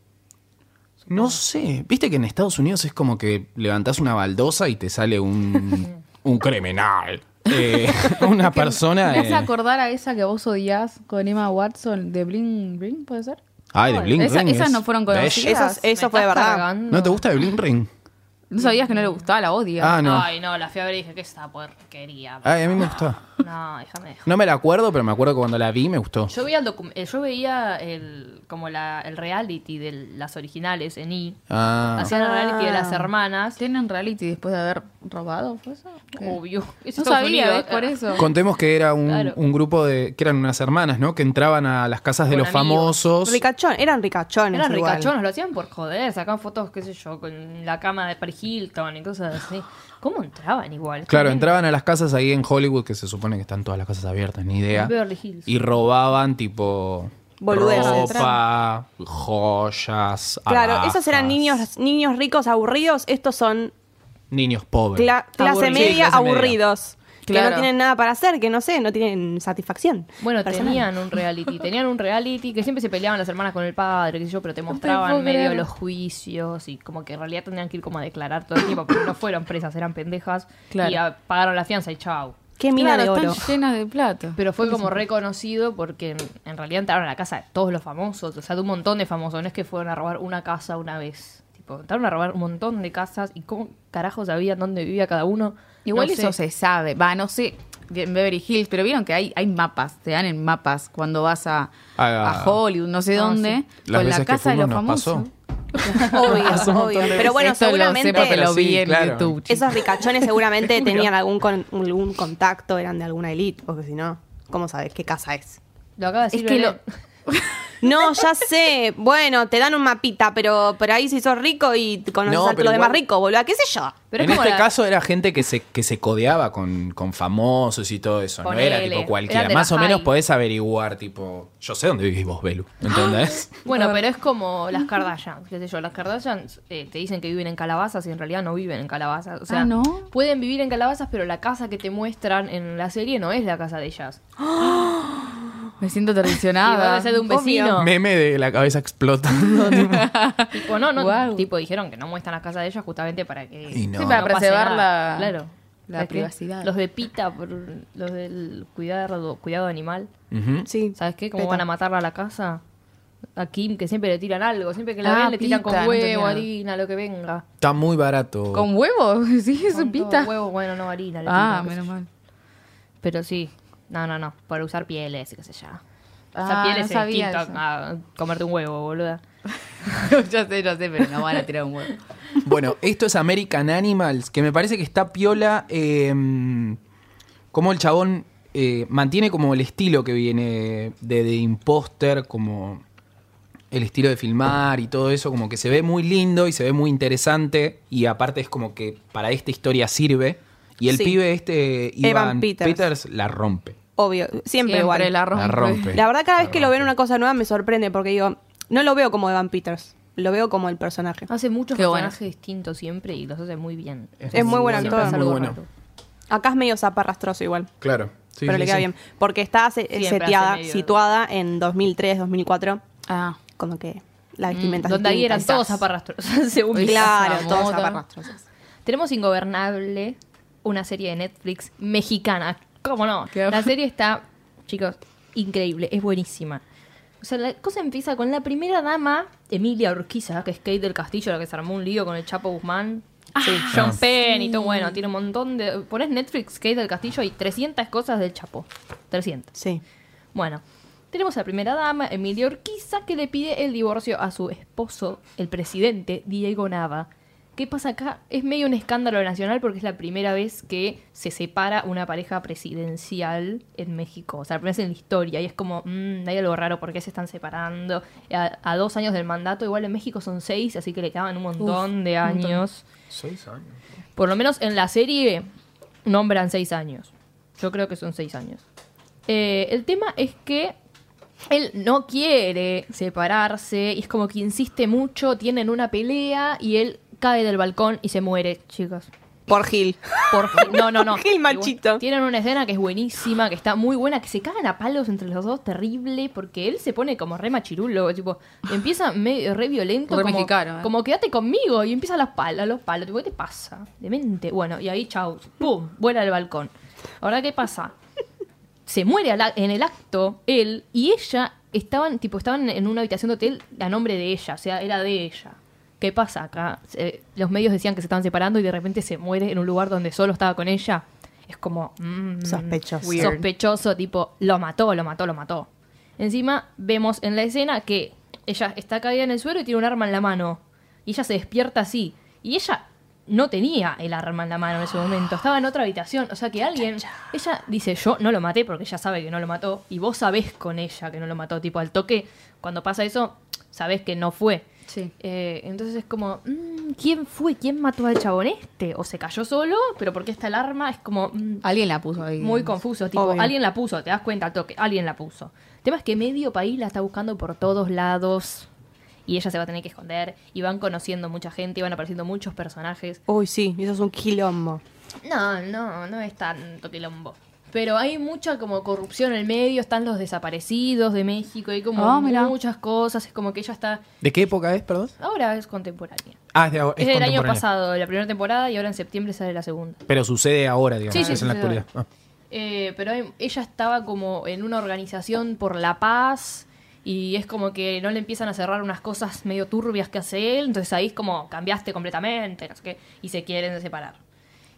No sé, viste que en Estados Unidos es como que levantás una baldosa y te sale un, un criminal. Eh, una persona...
¿Me hace
eh,
acordar a esa que vos odias con Emma Watson de Bling Bling, puede ser?
Ay, de Bling
Esa-
Ring
esas
es
no fueron
bella.
conocidas.
Eso,
Me
eso fue de
estás
verdad.
cargando.
¿No te gusta de Bling Ring?
No sabías que no le gustaba, la odia.
Ah, no. Ah, eh.
Ay, no, la fiebre dije, ¿qué es esta porquería?
Ay, a mí me gustó.
No, déjame dejar.
No me la acuerdo, pero me acuerdo que cuando la vi me gustó.
Yo veía el, docu- eh, yo veía el como la, el reality de las originales en I.
Ah.
Hacían el reality de las hermanas.
¿Tienen reality después de haber robado? ¿Fue eso? ¿Qué?
Obvio.
No
Estados
sabía,
Unidos.
¿ves? Por eso.
Contemos que era un,
Claro.
un grupo de. que eran unas hermanas, ¿no? Que entraban a las casas de
Con
los
amigos.
famosos.
Ricachón, eran ricachones.
Eran
igual.
ricachonos, lo hacían por joder, sacaban fotos, qué sé yo, con la cama de Paris Hilton y cosas así. ¿Cómo entraban igual?
Claro, entraban a las casas ahí en Hollywood, que se supone que están todas las casas abiertas, ni idea.
Beverly Hills.
Y robaban, tipo.
Boludeces.
ropa, joyas.
Claro,
alhajas.
esos eran niños, niños ricos aburridos, estos son
Niños pobres.
cla- clase
Aburridos. Sí,
media
clase media.
aburridos.
Claro.
que no tienen nada para hacer, que no sé, no tienen satisfacción.
Bueno,
personal.
tenían un reality, tenían un reality que siempre se peleaban las hermanas con el padre, qué sé yo, pero
te
te mostraban
puedo
medio
creer.
los juicios y como que en realidad tendrían que ir como a declarar todo el tiempo, porque no fueron presas, eran pendejas
Claro.
y ah, pagaron la fianza y chau.
Qué mina
Claro,
de oro.
están llenas de plata.
Pero fue como reconocido porque en, en realidad entraron a la casa de todos los famosos, o sea, de un montón de famosos, no es que fueron a robar una casa una vez. Tipo, entraron a robar un montón de casas y cómo carajo sabían dónde vivía cada uno.
Igual
No sé.
eso se sabe. Va, no sé, en Beverly Hills, pero vieron que hay, hay mapas, te dan en mapas cuando vas a,
Ah.
a Hollywood, no sé
Ah,
dónde,
sí.
¿Eh? Las
con la
veces que
casa de los
fuimos nos
famosos.
pasó.
Obvio, obvio. Pero bueno,
Esto
seguramente
lo sé porque lo
Pero sí,
vi en
claro.
YouTube. chicos.
esos ricachones seguramente tenían algún, con- algún contacto, eran de alguna elite, porque si no, ¿cómo sabes qué casa es?
Lo acaba de decir.
Es que lo-
Belén.
No, ya sé. Bueno, te dan un mapita, pero por ahí si sos rico y te conoces
No,
a todos
pero
los demás
igual-
ricos, boludo, qué sé yo.
Pero es
en
como
este
la-
caso era gente que se, que se codeaba con, con famosos y todo eso.
Ponele,
no era tipo cualquiera.
eran de
Más
la
o menos
high.
podés averiguar, tipo, yo sé dónde vivís vos, Belu. ¿Entendés?
Bueno, pero es como las Kardashian, qué sé yo, las Kardashian eh, te dicen que viven en calabazas y en realidad no viven en calabazas. O sea,
Ah, ¿no?
pueden vivir en calabazas, pero la casa que te muestran en la serie no es la casa de ellas.
Me siento
Y va
traicionada.
a ser de un
Ah, Obvio.
vecino.
Meme de la cabeza explotando. tipo.
Tipo, no, no,
Guau.
tipo dijeron que no muestran la casa de ellas justamente para que
Y no.
Sí, para
pase
preservar
nada.
la,
claro.
la
¿Sabes qué?
privacidad.
Los de pita, por, los del cuidado, cuidado animal.
Ujú.
Sí.
¿Sabes qué? Como
Peta.
van a matarla a la casa. A Kim, que siempre le tiran algo, siempre que la
Ah,
ven le tiran
pita,
con
no tenía
huevo,
nada.
harina, lo que venga.
Está muy barato.
¿Con huevos? Sí, es
Son
pita.
todos huevos, bueno, no harina. le
Ah,
tiran, qué sé
menos mal.
yo. Pero sí, no, no, no, para usar pieles, qué sé yo. Usar
Ah,
pieles
no
es
sabía
distinto
eso.
a comerte un huevo, boluda.
ya sé, ya sé, pero no van a tirar un huevo.
Bueno, esto es American Animals, que me parece que está piola. eh, como el chabón eh, mantiene como el estilo que viene de The Imposter, como el estilo de filmar y todo eso, como que se ve muy lindo y se ve muy interesante. Y aparte es como que para esta historia sirve. Y el
Sí.
pibe este,
Evan
Ivan
Peters.
Peters. la rompe.
Obvio, siempre,
Siempre
igual.
la
La...
rompe.
La rompe.
verdad, cada vez que lo veo en una cosa nueva me sorprende porque digo, no lo veo como Evan Peters, lo veo como el personaje.
Hace muchos
Qué bueno.
personajes distintos siempre y los hace muy bien.
Es muy buen
Siempre
actor.
hace
muy
algo
bueno.
raro.
Acá es medio zaparrastroso igual,
Claro.
pero le queda bien. Porque está se-
Siempre
seteada,
hace medio-
situada en 2003, 2004,
Ah.
como que la vestimenta es
Mm, Donde ahí
distinta.
eran todos zaparrastros, según mi
Claro,
casa.
todos
moda.
zaparrastrosos.
Tenemos Ingobernable, una serie de Netflix mexicana. ¿Cómo no?
Qué-
La serie está, chicos, increíble, es buenísima. O sea, la cosa empieza con la primera dama, Emilia Urquiza, que es Kate del Castillo, la que se armó un lío con el Chapo Guzmán. John Penn y todo bueno, tiene un montón de... Pones Netflix, Kate del Castillo y 300 cosas del Chapo. 300.
Sí.
Bueno, tenemos a la primera dama, Emilia Urquiza, que le pide el divorcio a su esposo, el presidente, Diego Nava. ¿Qué pasa acá? Es medio un escándalo nacional porque es la primera vez que se separa una pareja presidencial en México. O sea, la primera vez en la historia. Y es como, mmm, hay algo raro, ¿por qué se están separando? A, a dos años del mandato, igual en México son seis, así que le quedaban un montón de años. Por lo menos en la serie nombran seis años. Yo creo que son seis años. Eh, el tema es que él no quiere separarse y es como que insiste mucho, tienen una pelea y él cae del balcón y se muere, chicos.
Por Gil.
Por Gil- no, no, no.
Gil Machito.
Tienen una escena que es buenísima, que está muy buena, que se cagan a palos entre los dos, terrible, porque él se pone como re machirulo, tipo, empieza medio re violento,
Re
como,
mexicano, ¿eh?
como quédate conmigo, y empieza a los palos, a los palos, tipo, ¿qué te pasa? Demente. Bueno, y ahí, chau, pum, vuela al balcón. Ahora, ¿qué pasa? se muere al ac- en el acto él y ella estaban tipo estaban en una habitación de hotel a nombre de ella, o sea, era de ella. ¿Qué pasa acá? Se- los medios decían que se estaban separando y de repente se muere en un lugar donde solo estaba con ella. Es como mm,
Sospechoso.
Weird.
sospechoso, tipo, lo mató, lo mató, lo mató. Encima vemos en la escena que ella está caída en el suelo y tiene un arma en la mano. Y ella se despierta así. Y ella no tenía el arma en la mano en ese momento. Estaba en otra habitación. O sea que alguien... Ella dice, yo no lo maté porque ella sabe que no lo mató. Y vos sabés con ella que no lo mató. Tipo, al toque, cuando pasa eso, sabés que no fue.
Sí.
Eh, entonces es como, mm, ¿quién fue? ¿Quién mató al chabón este? ¿O se cayó solo? ¿Pero porque está el arma? Es como... mm,
Alguien la puso ahí.
muy confuso, tipo,
Obvio.
alguien la puso, te das cuenta al toque, alguien la puso. El tema es que medio país la está buscando por todos lados y ella se va a tener que esconder y van conociendo mucha gente y van apareciendo muchos personajes.
Uy, sí, eso es un quilombo.
No, no, no es tanto quilombo. Pero hay mucha como corrupción en el medio, están los desaparecidos de México, hay como
Ah, mirá.
muchas cosas, es como que ella está...
¿De qué época es, perdón?
Ahora es contemporánea.
Ah, es, de, ahora-
Es, del año
contemporánea.
pasado, la primera temporada, y ahora en septiembre sale la segunda.
Pero sucede ahora, digamos,
Sí, sí,
es en la
sucede
actualidad. Ah.
Eh, pero hay- ella estaba como en una organización por la paz y es como que no le empiezan a cerrar unas cosas medio turbias que hace él, entonces ahí es como cambiaste completamente, no sé qué, y se quieren separar.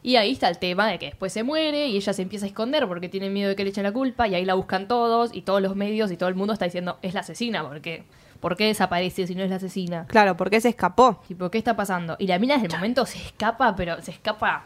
Y ahí está el tema de que después se muere y ella se empieza a esconder porque tiene miedo de que le echen la culpa y ahí la buscan todos y todos los medios y todo el mundo está diciendo es la asesina, porque ¿por qué desaparece si no es la asesina?
Claro, porque se escapó.
Tipo, ¿qué está pasando? Y la mina desde el momento se escapa, pero se escapa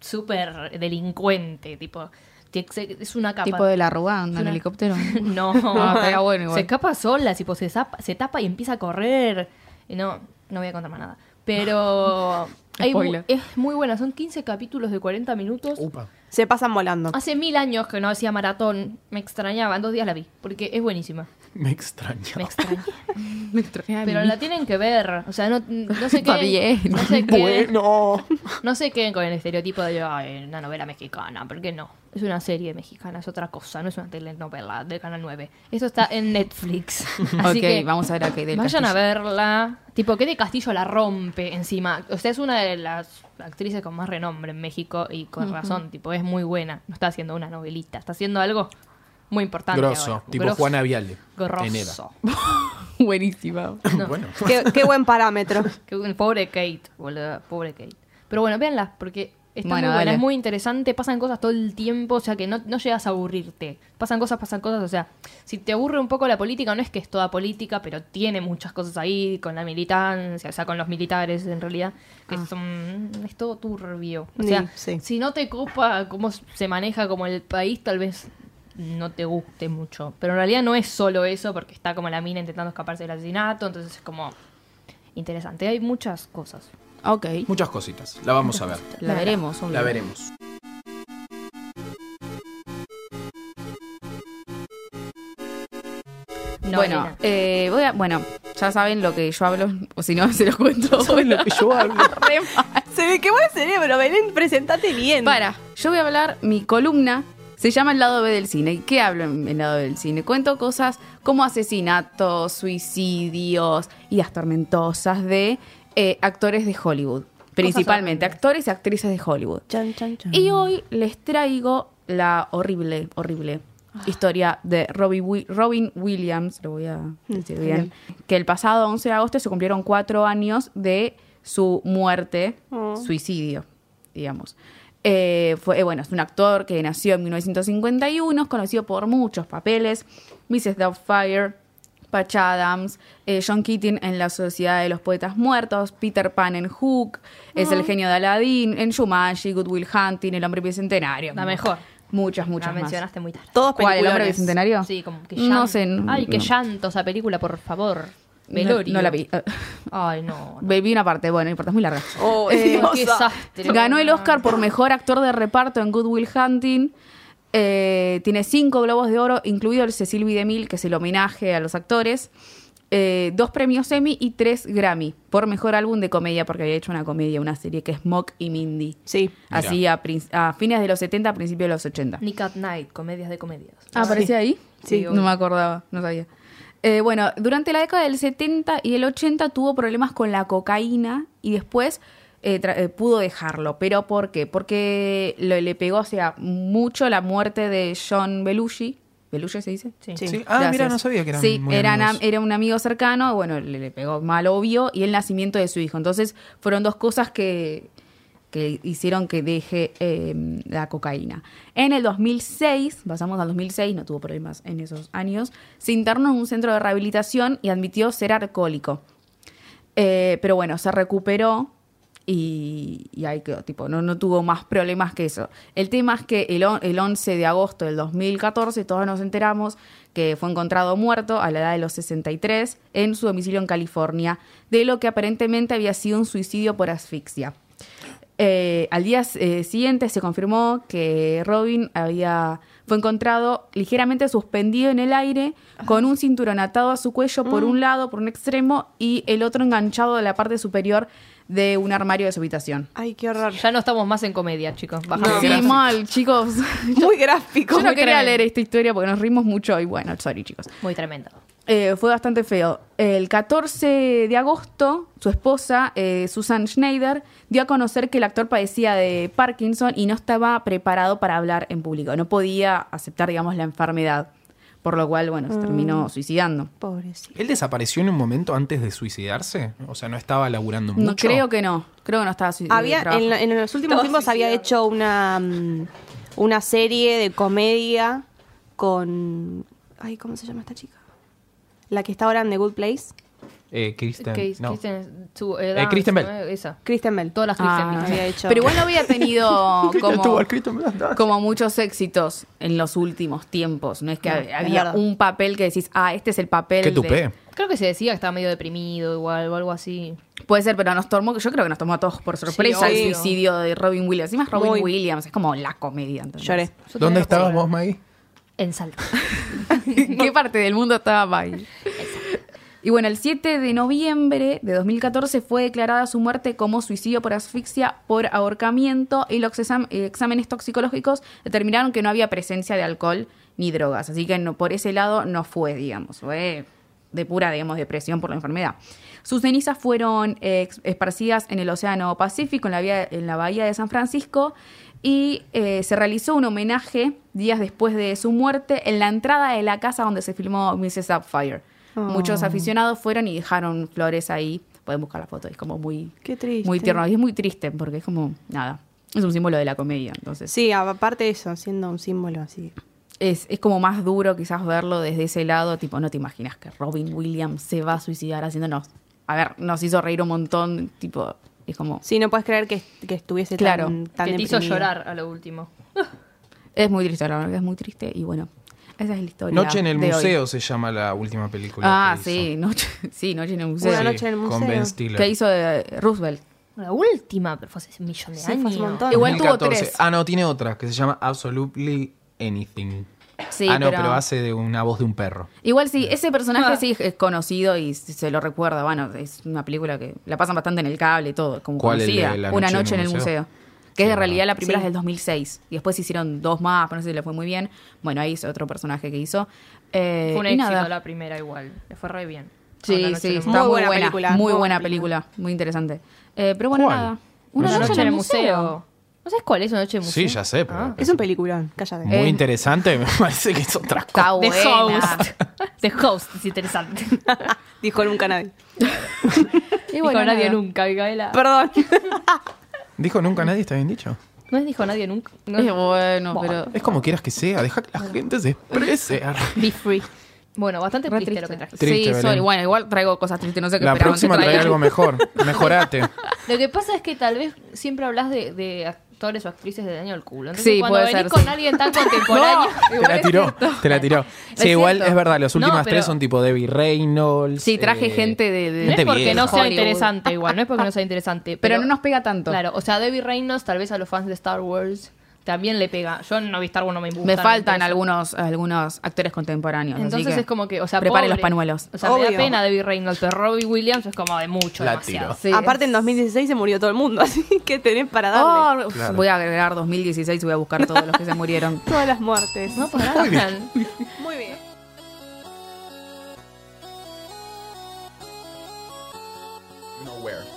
súper delincuente, tipo, tie- se- es una capa.
Tipo de la arrugando en
Una-
helicóptero.
No,
Ah, estaría bueno igual.
se escapa sola, tipo, se, zapa- se tapa y empieza a correr. Y No, no voy a contar más nada. Pero hay mu-
Spoiler.
es muy buena, son 15 capítulos de 40 minutos.
Upa.
Se pasan volando.
Hace mil años que no hacía maratón, me extrañaba, en dos días la vi, porque es buenísima.
Ah, Me extraña.
Me extraña.
Me extrañé de
Pero
mí.
la tienen que ver, o sea, no, no se
Está
queden-
bien.
No se queden-
Bueno.
No se queden con el estereotipo de "Ay, una novela mexicana, porque no. Es una serie mexicana, es otra cosa, no es una telenovela de Canal 9. Eso está en Netflix. Así
ok,
que
vamos a ver a Kate del
vayan a
Castillo.
verla. Tipo, que de Castillo la rompe encima. O sea, es una de las actrices con más renombre en México y con razón, tipo, es muy buena. No está haciendo una novelita, está haciendo algo muy importante.
Grosso,
ahora.
tipo
Grosso.
Juana Viale. en Eva.
Grosso.
Buenísima.
Bueno.
Qué, qué buen parámetro.
Que- Pobre Kate, boludo, pobre Kate. Pero bueno, véanlas, porque está
Bueno,
muy buena,
dale.
es muy interesante, pasan cosas todo el tiempo, o sea que no, no llegas a aburrirte. Pasan cosas, pasan cosas, o sea, si te aburre un poco la política, no es que es toda política, pero tiene muchas cosas ahí, con la militancia, o sea, con los militares en realidad, que son, mm, es todo turbio. O
Sí,
sea,
sí.
si no te copa cómo se maneja como el país, tal vez no te guste mucho. Pero en realidad no es solo eso, porque está como la mina intentando escaparse del asesinato, entonces es como interesante. Hay muchas cosas.
Ok,
Muchas cositas. La vamos a ver.
la veremos. obvio.
La veremos.
No,
bueno,
nena.
eh, voy a, bueno, ya saben lo que yo hablo, o si no, se los cuento. ahora.
yo hablo.
Re mal.
Se me quemó el cerebro, Belén, presentate bien.
Para, yo voy a hablar, mi columna se llama El lado B del cine. ¿Y qué hablo en el lado B del cine? Cuento cosas como asesinatos, suicidios, ideas tormentosas de eh, actores de Hollywood. Principalmente, actores y actrices de Hollywood.
Chan, chan, chan.
Y hoy les traigo la horrible, horrible historia de Robbie Wi- Robin Williams, lo voy a decir bien, que el pasado 11 de agosto se cumplieron cuatro años de su muerte,
Mm.
suicidio, digamos. Eh, fue, eh, bueno, es un actor que nació en 1951, es conocido por muchos papeles, Mrs. Doubtfire, Patch Adams, eh, John Keating en La Sociedad de los Poetas Muertos, Peter Pan en Hook, es
Mm.
el genio de Aladdin, en Shumashi, Good Will Hunting, El Hombre Bicentenario.
La mejor.
Muchas,
la
muchas más.
mencionaste muy tarde.
Todos
¿Cuál, ¿El Hombre
peliculones.
Bicentenario?
Sí, como que
No
llanto.
sé. n-
Ay, qué
no.
llanto esa película, por favor.
No-
Velorio.
no la vi.
Ay, no. no.
Baby una parte, bueno, no importa, es muy larga. Eh,
Oh,
Qué
Dios.
desastre.
Ganó el Oscar por mejor actor de reparto en Good Will Hunting. Eh, tiene cinco globos de oro, incluido el Cecil B. DeMille, que es el homenaje a los actores. Eh, dos premios Emmy y tres Grammy por mejor álbum de comedia, porque había hecho una comedia, una serie que es Mock y Mindy.
Sí.
Así a, prin- a fines de los 70, a principios de los 80.
Nick at Night, comedias de comedias.
Ah, ¿aparecía ahí?
Sí.
no me acordaba, no sabía. Eh, bueno, durante la década del 70 y el 80 tuvo problemas con la cocaína y después eh, tra- eh, pudo dejarlo. ¿Pero por qué? Porque lo- le pegó, o sea, mucho la muerte de John Belushi. ¿Belushi se dice?
Sí.
Sí.
Sí. Ah, mira,
Gracias.
no sabía que eran
Sí,
muy
eran
amigos.
am- eh, era un amigo cercano, bueno, le, le pegó mal, obvio, y el nacimiento de su hijo. Entonces, fueron dos cosas que, que hicieron que deje eh, la cocaína. En el 2006, pasamos al 2006, no tuvo problemas en esos años, se internó en un centro de rehabilitación y admitió ser alcohólico. Eh, pero bueno, se recuperó y, y ahí quedó, tipo, no, no tuvo más problemas que eso. El tema es que el, on- el 11 de agosto del 2014 todos nos enteramos que fue encontrado muerto a la edad de los 63 en su domicilio en California, de lo que aparentemente había sido un suicidio por asfixia. Eh, al día eh, siguiente se confirmó que Robin había fue encontrado ligeramente suspendido en el aire con un cinturón atado a su cuello por un lado, por un extremo y el otro enganchado a la parte superior de un armario de su habitación.
Ay, qué horror.
Ya no estamos más en comedia, chicos. Bájame
No.
el
sí,
brazo.
mal, chicos.
Muy gráfico.
Yo no
muy
quería
tremendo.
leer esta historia porque nos rimos mucho y bueno, sorry, chicos.
Muy tremendo.
Eh, fue bastante feo. El 14 de agosto, su esposa, eh, Susan Schneider, dio a conocer que el actor padecía de Parkinson y no estaba preparado para hablar en público. No podía aceptar, digamos, la enfermedad. Por lo cual,
Mm.
bueno, se terminó suicidando.
Pobrecito.
¿Él desapareció en un momento antes de suicidarse? O sea, no estaba laburando mucho.
No, creo que no. Creo que no estaba suicidando.
Había, en, lo- en los últimos
Todo
tiempos había hecho una, mm, una serie de comedia con... Ay, ¿cómo se llama esta chica? La que está ahora en The Good Place.
Eh, Kristen.
Chris-
no.
Kristen- su-
Eh,
Dance,
Kristen Bell.
¿no? Esa.
Kristen Bell.
Todas las Kristen Bell.
había hecho.
Pero igual Ah, no había tenido como,
Stewart, Kristen Bell.
como muchos éxitos en los últimos tiempos. No es que
No,
hab-
es
había
verdad.
un papel que decís, ah, este es el papel.
Qué
de-
tupé.
Creo que se decía que estaba medio deprimido igual o algo así.
Puede ser, pero nos tomó, yo creo que nos tomó a todos por sorpresa
obvio.
el suicidio de Robin Williams. Y más Robin
Muy.
Williams, es como la comedia. ¿entendés?
Lloré.
¿Dónde
Yo todavía no
estabas
puedo
vos, Maggie?
En Salta.
¿Qué parte del mundo estaba ahí? Y bueno, el 7 de noviembre de 2014 fue declarada su muerte como suicidio por asfixia por ahorcamiento y los exam- eh, exámenes toxicológicos determinaron que no había presencia de alcohol ni drogas. Así que no, por ese lado no fue, digamos, fue de pura, digamos, depresión por la enfermedad. Sus cenizas fueron eh, ex- esparcidas en el Océano Pacífico, en la, vía- en la bahía de San Francisco, y eh, se realizó un homenaje días después de su muerte en la entrada de la casa donde se filmó Mrs. Sapphire. Muchos aficionados fueron y dejaron flores ahí. Pueden buscar la foto, es como muy,
Qué triste.
muy tierno. Y es muy triste porque es como, nada, es un símbolo de la comedia. Entonces,
Sí, aparte de eso, siendo un símbolo así.
es, es como más duro quizás verlo desde ese lado, tipo, no te imaginas que Robin Williams se va a suicidar haciéndonos, a ver, nos hizo reír un montón, tipo, es como,
Sí, no puedes creer que, que estuviese
Claro.
tan, tan
que te hizo
deprimido.
llorar a lo último.
es muy triste, la verdad que es muy triste y bueno, esa es la historia.
Noche en el
de hoy.
Museo se llama la última película.
Ah,
que hizo.
sí, noche, sí, Noche en el Museo.
Una noche en el
Con
museo.
Ben Stiller.
que hizo de Roosevelt.
La última, pero fue hace un millón de
Sí, fue
años.
hace un montón.
Igual tuvo
2014.
tres.
Ah, no, tiene otra que se llama Absolutely Anything.
Sí,
ah, no,
pero-
pero... hace de una voz de un perro.
Igual sí, ese personaje sí es conocido y se lo recuerda. Bueno, es una película que la pasan bastante en el cable, todo, como
¿Cuál, el
conocida.
de La
una
noche
noche en el museo. Que
Sí,
es en realidad
verdad.
la primera
Sí.
es del 2006. Y después se hicieron dos más, pero no sé si le fue muy bien. Bueno, ahí es otro personaje que hizo. Eh,
Fue un
y
éxito
nada.
la primera igual. Le fue re bien. Una
Sí,
noche
sí,
en el
está
museo.
muy buena,
buena
película.
película,
Muy
muy
buena
buena.
película, muy interesante. Eh, pero bueno,
¿Cuál?
nada.
Una noche, en el museo. ¿No sabes cuál es una noche en el
Sí,
museo?
ya sé, pero.
Ah.
Es un peliculón, cállate.
Muy
Eh.
interesante, me parece que es otra cosa.
Está
The
buena.
Host. The Host, es interesante.
Dijo nunca nadie.
Y
dijo
bueno,
nadie
nada.
nunca, Gaela.
Perdón.
Dijo nunca nadie, está bien dicho.
No es dijo nadie nunca. No.
Eh, bueno, pero...
Es como quieras que sea, deja que la gente se exprese.
Be free. Bueno, bastante
Re
triste, lo que
triste.
trajiste.
Triste,
sí,
Belén.
sorry. Bueno, igual traigo cosas tristes, no sé qué
La
esperaban que
próxima trae
traiga.
algo mejor. Mejorate.
Lo que pasa es que tal vez siempre hablas de, de actores o actrices de daño al culo. Entonces,
Sí,
cuando
puede
venís
ser,
con
sí.
alguien tan contemporáneo,
Te la tiró, te la tiró.
Es
Sí, igual
cierto.
es verdad, las
No,
últimas
pero-
tres son tipo Debbie Reynolds.
Sí, traje
eh,
gente de- de-
No es
gente
porque
vieja.
no sea
Hollywood.
interesante igual, no es porque no sea interesante.
Pero no nos pega tanto.
Claro, o sea, Debbie Reynolds tal vez a los fans de Star Wars también le pega. Yo no vi Star Wars, no me gusta.
Me
no
faltan
interesa.
algunos, algunos actores contemporáneos.
Entonces es como que, o sea,
prepare los
pobre.
pañuelos.
O sea, me da
Obvio.
pena Debbie Reynolds, pero Robbie Williams es como de mucho,
La tiró.
demasiado.
Sí,
Aparte,
es-
en 2016 se murió todo el mundo, así que tenés para darle
Oh, uf, Voy a agregar 2016 y voy a buscar todos los que se murieron.
todas las muertes.
No, pues, pará.
Muy bien.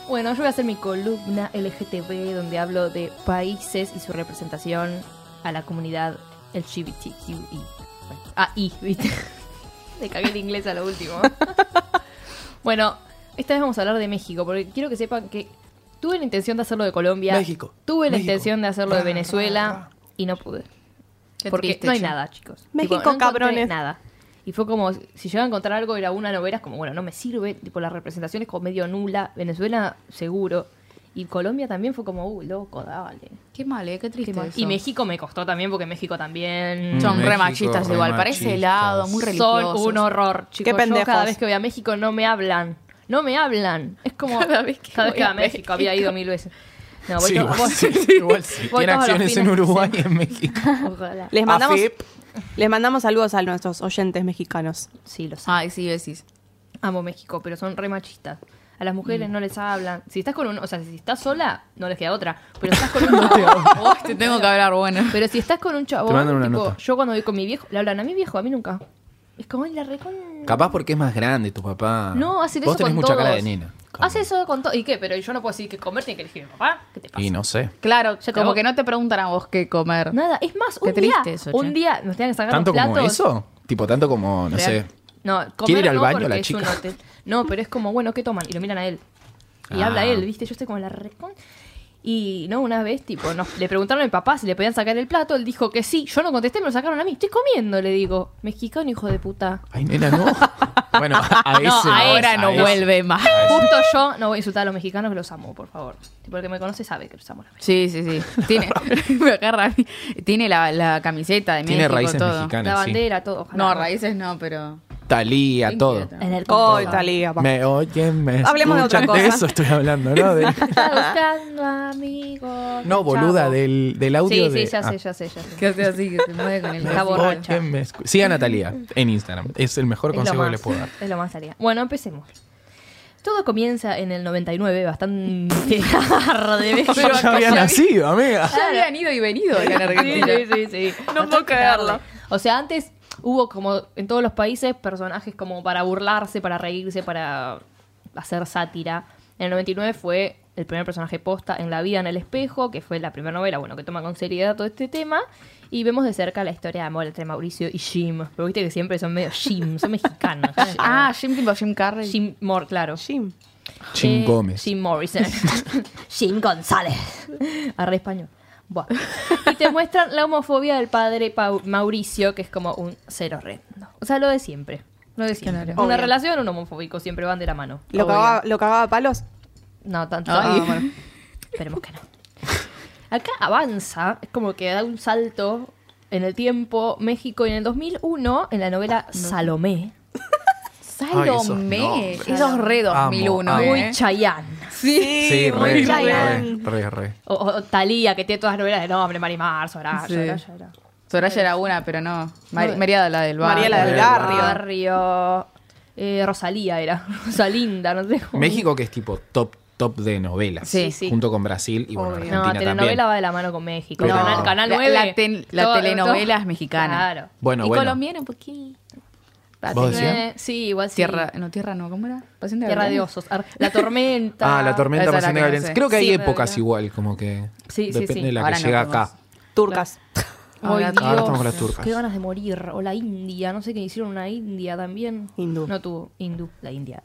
Bueno, yo voy a hacer mi columna LGTB donde hablo de países y su representación a la comunidad LGBTQI. Ah, I, ¿viste? Le cagué el inglés a lo último. bueno, esta vez vamos a hablar de México porque quiero que sepan que tuve la intención de hacerlo de Colombia.
México,
Tuve la
México.
intención de hacerlo de
Ra, ra,
Venezuela
ra.
y no pude.
Ah, Qué
porque
triste,
no hay
che.
nada, chicos.
México,
no encontré
cabrones.
Nada. Y fue como, si yo a encontrar algo, era una novela, es como, bueno, no me sirve, tipo, la representación es como medio nula, Venezuela seguro, y Colombia también fue como, uh, loco, dale.
Qué mal, eh, qué triste. eso.
Y México me costó también, porque México también...
Son
Mm, México,
re machistas
re
igual. Parece
machistas.
helado, muy religiosos.
Son un horror, chicos.
Qué
yo
pendejos.
cada vez que voy a México no me hablan. No me hablan. Es como cada vez que,
voy
a
a
México, había ido mil veces. No, voy
Sí,
to-
igual
voy-
sí, igual sí.
voy
Tiene
todos los
acciones en
fines de
Uruguay y en México.
Ojalá.
Les mandamos,
AFIP.
les mandamos saludos a nuestros oyentes mexicanos.
Sí, los
Ay, sí, decís.
Amo México, pero son re machistas. a las
Mm.
mujeres no les hablan. Si estás con un, o sea, si estás sola, no les queda otra. Pero estás con un chabón.
te tengo que hablar, bueno.
Pero si estás con un chabón,
Te mandan una
tipo,
nota.
yo cuando voy con mi viejo, le hablan a mi viejo, a mí nunca. Es como "Ay, la recon...
Capaz porque es más grande tu papá.
No, hacen
Vos
eso
tenés
con
mucha
todos.
cara de nena.
Hace eso con todo. ¿Y qué? Pero yo no puedo decir que comer tiene que elegir mi papá. ¿Qué te pasa?
Y no sé.
Claro,
Ya
como
acabó.
que no te preguntan a vos qué comer.
Nada, es más,
Qué
un día,
triste eso, che.
un día nos tenían que sacar
¿Tanto
los
como
platos.
eso? Tipo, tanto como, no
Real.
sé.
No, comer
¿Quiere ir al
no,
baño
porque
la
es un
chica?
hotel. No, pero es como, bueno, ¿qué toman? Y lo miran a él. Y
Ah.
habla él, ¿viste? Yo estoy como la recon... Y no, una vez, tipo, nos, le preguntaron a mi papá si le podían sacar el plato. Él dijo que sí. Yo no contesté, me lo sacaron a mí. Estoy comiendo, le digo. Mexicano, hijo de puta.
Ay, nena, no. bueno, a ese
No, ahora
a
no
ese.
vuelve más.
Justo yo no voy a insultar a los mexicanos que los amo, por favor. Tipo, el que me conoce sabe que los amo.
Sí, sí, sí. Tiene, me agarra a mí. Tiene la, la camiseta de
Tiene
México,
raíces
todo.
La
mexicanas, sí.
bandera, todo. ojalá.
No, raíces no, pero.
Talía, todo.
El alcohol.
Oh, Talía, papá.
Me oyen, me
Hablemos de otra
escuchan.
cosa.
eso estoy hablando, ¿no? De-
Está buscando amigos.
no, boluda,
chavo.
del, del audio
Sí,
de...
sí, ya
Ah.
sé, ya sé, ya sé.
Que hace así, que se mueve con el
Está borracha.
Oyen, me escu- Sigan a Talía en Instagram. Es el mejor
Es lo
consejo que
más,
les puedo dar.
Es lo más haría. Bueno, empecemos. Todo comienza en el 99, bastante tarde.
Yo ya había nacido,
Eh,
amiga.
Ya habían ido y venido acá en
Sí,
Argentina.
sí, sí, sí.
No puedo
Bastante
creerlo.
tarde. O sea, antes hubo como en todos los países personajes como para burlarse, para reírse, para hacer sátira. En el 99 fue el primer personaje posta en La vida en el espejo, que fue la primera novela, bueno, que toma con seriedad todo este tema. Y vemos de cerca la historia de amor entre Mauricio y Jim. Pero viste que siempre son medio Jim, son mexicanos.
Ah, Jim tipo Jim Carrey.
Jim Moore, claro.
Jim.
Jim
Eh,
Gómez.
Jim Morrison. Jim González. Arre español. Buah. Y te muestran la homofobia del padre Pau- Mauricio, que es como un cero red. O sea, lo de siempre. Lo de siempre.
Claro.
Una
Obvio.
relación, un homofóbico, siempre van de la mano.
¿Lo
Obvio.
cagaba, ¿Lo cagaba a palos?
No, tanto.
Ay.
Ah, bueno. Esperemos que no. Acá avanza, es como que da un salto en el tiempo México y en el 2001 en la novela Salomé.
Salomé.
Ay,
Esos,
esos
re
Amo,
2001,
amo.
Muy
eh.
Chayanne.
Sí.
Sí, re, re,
Chayanne.
re, re.
O, o Talía, que tiene todas las novelas de nombre, Marimar, Soraya,
Sí.
Soraya era.
Soraya era una, pero no. Mar-
No.
Mariada la del barrio.
María la del
María del
barrio.
Barrio. Eh, Rosalía era. Rosalinda, no sé cómo.
México que es tipo top top de novelas.
Sí, sí.
Junto con Brasil y bueno,
No,
Argentina
telenovela
también.
va de la mano con México.
Pero-
Canal, Canal
La-
9.
la ten- la telenovela es mexicana.
Claro.
Bueno,
y
bueno.
colombiana un poquito.
¿Vos decías?
Eh, sí, igual sí.
Tierra, no, tierra no, ¿cómo era? Pasión de
Tierra de
Gavilanes.
osos. Ar- La tormenta.
Ah, la tormenta
Esa es la
pasión de
que no
Gavilanes.
sé.
Creo que hay
Sí,
igual,
pero-
igual, como que
Sí, sí,
depende
sí.
de la que
Ahora no
llega
podemos.
acá.
Turcas.
Ay,
Ahora-
Dios,
ahora estamos con las turcas.
Qué ganas de morir. O la India, no sé qué hicieron una India también.
Hindú.
No tuvo hindú, la India.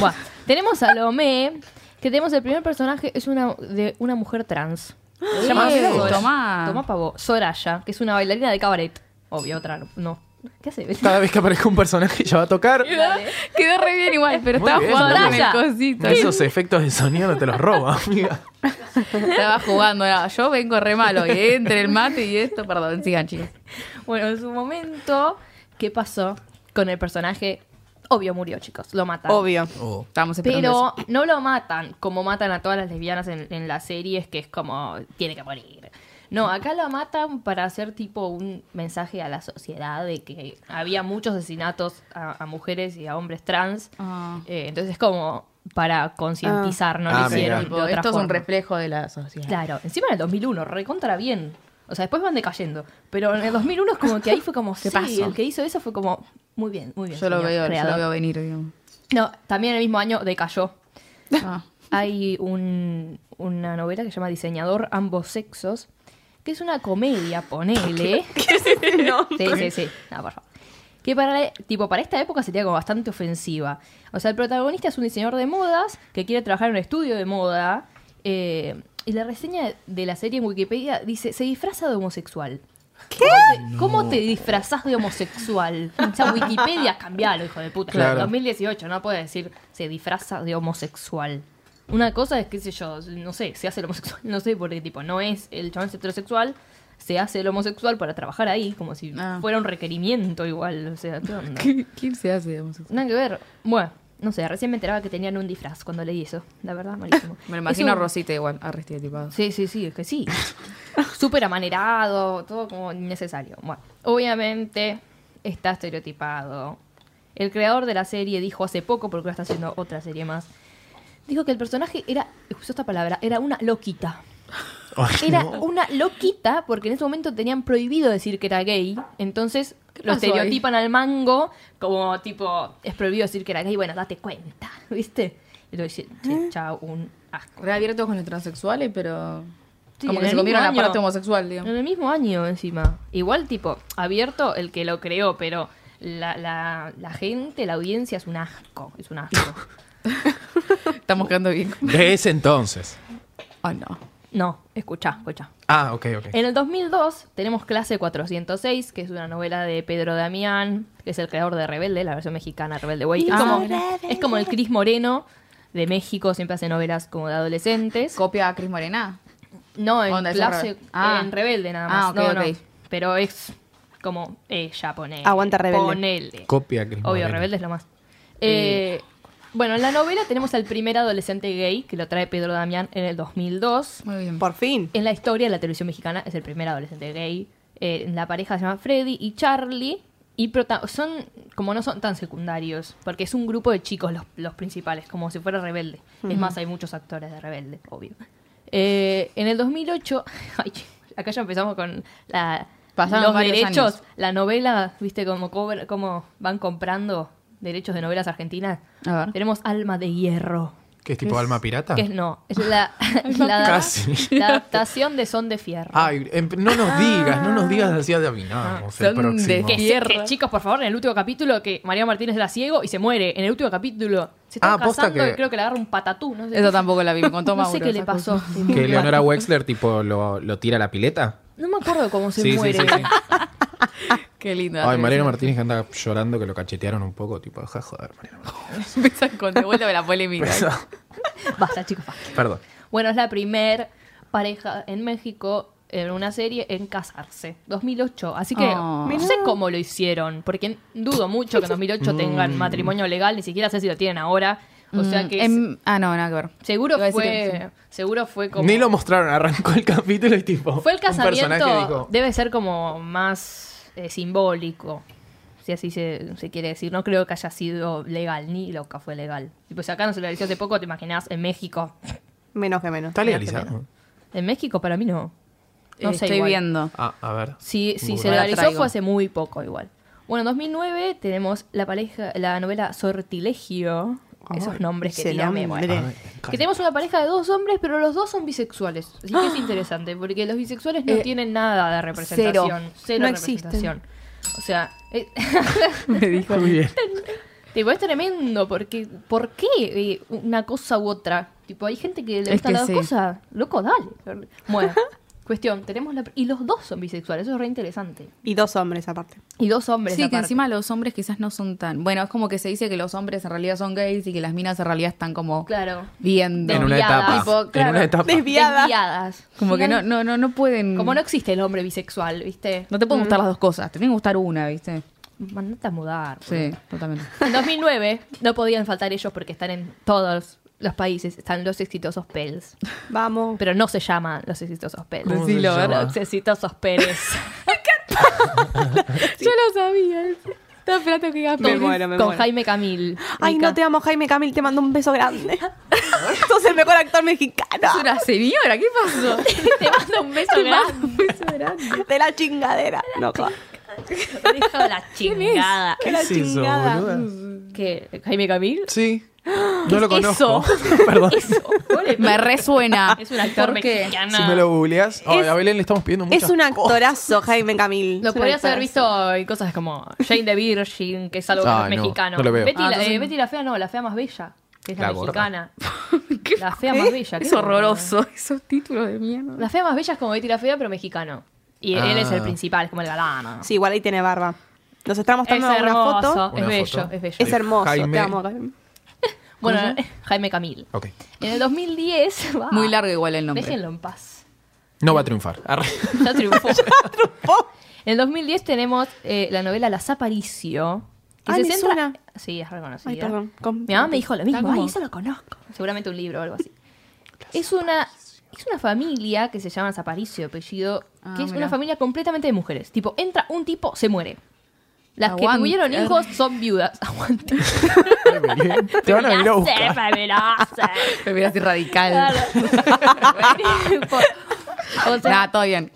Buah, tenemos a Lomé, que tenemos el primer personaje, es una de una mujer trans. Se llama
Eh,
Sora-
tomá.
Tomá pavo. Soraya, que es una bailarina de cabaret. Obvio, otra no. no. ¿Qué hace?
Cada vez que aparezca un personaje ya va a tocar.
Quedó re bien igual, pero
Muy
estaba
bien,
jugando con el
Soraya.
cosito.
No, esos efectos de sonido no te los roba, amiga.
Estaba jugando, era, yo vengo re malo, y entre el mate y esto, perdón, sigan chicos.
Bueno, en su momento, ¿qué pasó con el personaje? Obvio murió, chicos. Lo mataron.
Obvio.
Oh.
Estábamos esperando
Pero
eso.
no lo matan como matan a todas las lesbianas en, en las series, que es como, tiene que morir. No, acá lo matan para hacer tipo un mensaje a la sociedad de que había muchos asesinatos a, a mujeres y a hombres trans.
Ah.
Eh, entonces, como para concientizar, no
Ah,
lo
mira.
hicieron.
Tipo,
de otra
esto es un
forma.
reflejo de la sociedad.
Claro, encima en el 2001, recontra bien. O sea, después van decayendo. Pero en el 2001 es como que ahí fue como, sí,
pasó?
el que hizo eso fue como, muy bien, muy bien.
yo lo
señor
veo, yo lo
creador.
veo venir, digamos.
No, también el mismo año decayó.
Ah.
Hay un- una novela que se llama Diseñador Ambos Sexos, que es una comedia, ponele. Sí, sí, sí. No, por favor. Que para, tipo, para esta época sería como bastante ofensiva. O sea, el protagonista es un diseñador de modas que quiere trabajar en un estudio de moda. eh, y la reseña de la serie en Wikipedia dice, se disfraza de homosexual. ¿Qué? ¿Cómo te disfrazás de homosexual? O sea, Wikipedia, cambialo, hijo de puta.
Claro.
2018, no puede decir se disfraza de homosexual. Una cosa es, qué sé yo, no sé, se hace el homosexual, no sé, porque tipo, no es el chabón es heterosexual, se hace el homosexual para trabajar ahí, como si
Ah.
fuera un requerimiento igual, o sea, ¿qué onda?
¿Qué, qué se hace, digamos?
Nada que ver. Bueno, no sé, recién me enteraba que tenían un disfraz cuando leí eso, la verdad, malísimo.
Me lo imagino
Es
a
un-
Rosita igual, a estereotipado.
Sí, sí, sí, es que sí. Súper amanerado, todo como innecesario. Bueno, obviamente está estereotipado. El creador de la serie dijo hace poco, porque ahora está haciendo otra serie más, dijo que el personaje era, usó esta palabra, era una loquita.
Oh,
Era una loquita porque en ese momento tenían prohibido decir que era gay. Entonces lo
pasó ahí?
estereotipan al mango como tipo, es prohibido decir que era gay. Bueno, date cuenta, ¿viste? Y lo dice,
¿Eh?
"Che, chao, un asco.
Reabiertos con los transexuales, pero.
Sí,
como
en
que
el
se comieron
mismo
la
año.
parte homosexual, digo.
En el mismo año encima. Igual tipo, abierto el que lo creó, pero la, la, la gente, la audiencia es un asco. Es un asco.
Estamos quedando bien.
De ese entonces.
Oh, no.
No, escucha, escucha.
Ah, ok, ok.
En el 2002 tenemos Clase 406, que es una novela de Pedro Damián, que es el creador de Rebelde, la versión mexicana de Rebelde Way. Es,
Ah,
como,
Rebelde.
es como el Cris Moreno de México, siempre hace novelas como de adolescentes.
Copia a Cris Morena.
no, en
Onda, es
Clase,
Rebelde. Ah.
en Rebelde nada más.
Ah, ok,
No, no,
ok.
Pero es como ella, ponele.
Aguanta Rebelde.
Ponele.
Copia Cris
Obvio,
Morena.
Rebelde es lo más. Eh, bueno, en la novela tenemos al primer adolescente gay, que lo trae Pedro Damián en el 2002.
Muy bien.
Por fin.
En la historia de la televisión mexicana es el primer adolescente gay. Eh, la pareja se llama Freddy y Charlie. Y prota- son, como no son tan secundarios, porque es un grupo de chicos los, los principales, como si fuera Rebelde. Es más, hay muchos actores de Rebelde, obvio. Eh, en el 2008, ay, acá ya empezamos con la,
Pasaron
los
varios
derechos,
años.
la novela, viste, como, cobra- como van comprando derechos de novelas argentinas.
A ver.
Tenemos Alma de Hierro.
¿Qué es tipo alma pirata?
Que es- no, es la, la-
Casi.
la adaptación de Son de Fierro.
Ay, em- no nos digas,
Ah.
no nos digas así adivinamos el
Son de
próximo.
que,
Fierro.
que, chicos, por favor, en el último capítulo que María Martínez era ciego y se muere. En el último capítulo se está
Ah, posta
casando
que-
y creo que le agarra un patatú. No sé,
Eso tampoco la vi, me contó
no
Mauro.
sé qué le
esa
pasó.
cosa.
Que Leonora Wexler tipo lo, lo tira a la pileta.
No me acuerdo cómo se
Sí, sí,
muere.
sí, sí.
Qué lindo.
Ay, Mariano Martínez que anda llorando que lo cachetearon un poco, tipo, ja, joder, Mariano Martínez.
Empiezan con de vuelta de la polémica.
Basta, chicos. basta.
Perdón.
Bueno, es la primer pareja en México en una serie en casarse. 2008. Así que
Oh.
no sé cómo lo hicieron. Porque dudo mucho que en 2008
Mm.
tengan matrimonio legal. Ni siquiera sé si lo tienen ahora. O sea
Mm,
que...
em- ah, no, nada que ver.
Seguro
Iba a decir que
fue, seguro fue como.
Ni lo mostraron, arrancó el capítulo y tipo.
Fue el
Un personaje dijo,
casamiento. Debe ser como más eh, simbólico. Si así se, se quiere decir. No creo que haya sido legal, ni loca fue legal. Y pues acá no se realizó hace poco, te imaginas, en México.
Menos que menos.
¿Está legalizado?
En México para mí no. No
Eh,
sé
Estoy
igual.
viendo.
Ah, a ver.
Si, si se
Google. La
realizó
traigo.
fue hace muy poco igual. Bueno, en 2009 tenemos la pareja, la novela Sortilegio. Esos nombres que
ese
tira me
nombre.
muero. Que tenemos una pareja de dos hombres, pero los dos son bisexuales. Así que es interesante, porque los bisexuales
Eh,
no tienen nada de representación. Cero,
No existen.
representación. O sea, eh,
Me dijo.
tipo, es tremendo, porque ¿por qué eh, una cosa u otra? Tipo, hay gente que
Es
le gustan
que
las
sí.
dos cosas. Loco, dale. Bueno, cuestión, tenemos la... Y los dos son bisexuales, eso es re interesante.
Y dos hombres aparte.
Y dos hombres.
Sí, que
aparte.
encima los hombres quizás no son tan. Bueno, es como que se dice que los hombres en realidad son gays y que las minas en realidad están como
Claro.
viendo.
En una
Desviadas.
etapa.
Tipo,
en
claro,
una etapa.
Desviada.
Desviadas.
Como que no,
Final-
no, no, no pueden.
Como no existe el hombre bisexual, ¿viste?
No te pueden
Mm.
gustar las dos cosas, te tienen que gustar una, ¿viste?
Mandate a mudar.
Sí, totalmente.
En 2009 no podían faltar ellos porque están en todos los países. Están los exitosos Pels.
Vamos.
Pero no se llaman los exitosos Pels.
¿Cómo se Decilo, llama?
Los exitosos Pérez.
Yo lo sabía. Estaba esperando que
con
muero, me
con
muero.
Jaime Camil.
Ay,
Mica.
no te amo, Jaime Camil, te mando un beso grande. Sos el mejor actor mexicano.
Es una señora, ¿qué pasó?
Te mando un beso grande.
De la chingadera. No, claro.
Deja la chingada. Mm.
¿Qué es eso, boluda?
¿Qué? ¿Jaime Camil?
Sí. No lo conozco.
Eso.
Perdón.
Eso. Pobre
Me
pibe.
resuena.
Es un actor
¿Por qué?
mexicano.
Si me lo googleas. Ay,
Es-
a Belén le estamos pidiendo mucho.
Es un actorazo, Jaime Camil.
Lo
Es un
podrías haber
actorazo.
visto en cosas como Jane the Virgin, que es algo
Ay,
que
no,
es mexicano.
no lo veo.
Betty,
Ah,
la,
entonces-
eh, Betty la fea no, la fea más bella, que es la,
La gorda.
mexicana. La fea más bella.
Es
qué
horroroso esos títulos de mierda.
horror. La fea más bella es como Betty la fea, pero mexicano. Y él es el
Ah.
principal, es como el galán.
Sí, igual ahí tiene barba. Nos está
es
mostrando una
hermoso,
foto.
es
Una
bello,
foto.
es bello.
Es hermoso.
Jaime.
Te amo, Jaime.
bueno, Jaime Camil.
Ok.
En el 2010... va.
Muy largo igual el nombre.
Déjenlo en paz.
No va a triunfar. Arre.
Ya triunfó. En el 2010 tenemos eh, la novela Las Aparicio. que
Ay,
se
me
centra-
suena.
Sí, es reconocida.
Ay, perdón. Con-
Mi mamá me dijo lo mismo.
como-
Ay, eso lo conozco. Seguramente un libro o algo así. Es una, es una familia que se llama Aparicio, apellido,
Ah,
que es
mira.
una familia completamente de mujeres. Tipo, entra un tipo, se muere. Las que
Aguante.
tuvieron hijos son viudas. Aguante.
Te van a venir a buscar.
Me hubiera así radical.
Claro. O sea,
Nada, todo bien.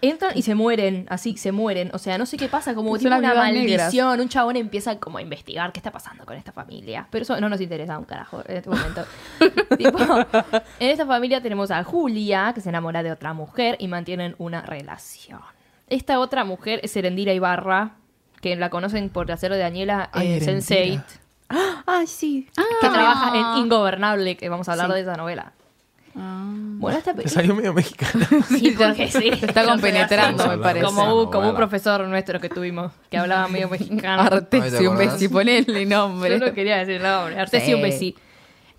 entran y se mueren, así se mueren. O sea, no sé qué pasa, como
Son
tipo
las
una
viudas negras.
maldición. Un chabón empieza como a investigar qué está pasando con esta familia. Pero eso no nos interesa un carajo en este momento. Tipo, en esta familia tenemos a Julia, que se enamora de otra mujer y mantienen una relación. Esta otra mujer es Serendira Ibarra, que la conocen por hacer de Daniela
Ay,
en Sense8,
Erendira.
Ay, sí.
Ah.
que trabaja en Ingobernable, que vamos a hablar de esa novela. Bueno, esta
Te salió medio mexicana.
Sí, porque sí.
Está compenetrando, me parece.
Como, un- como un
Novela.
profesor nuestro que tuvimos, que hablaba medio mexicano.
Arte,
Ay, ¿te
si un
acordás?
besi, ponele
Yo no
nombre.
quería decir el nombre. Arte sí, un besí.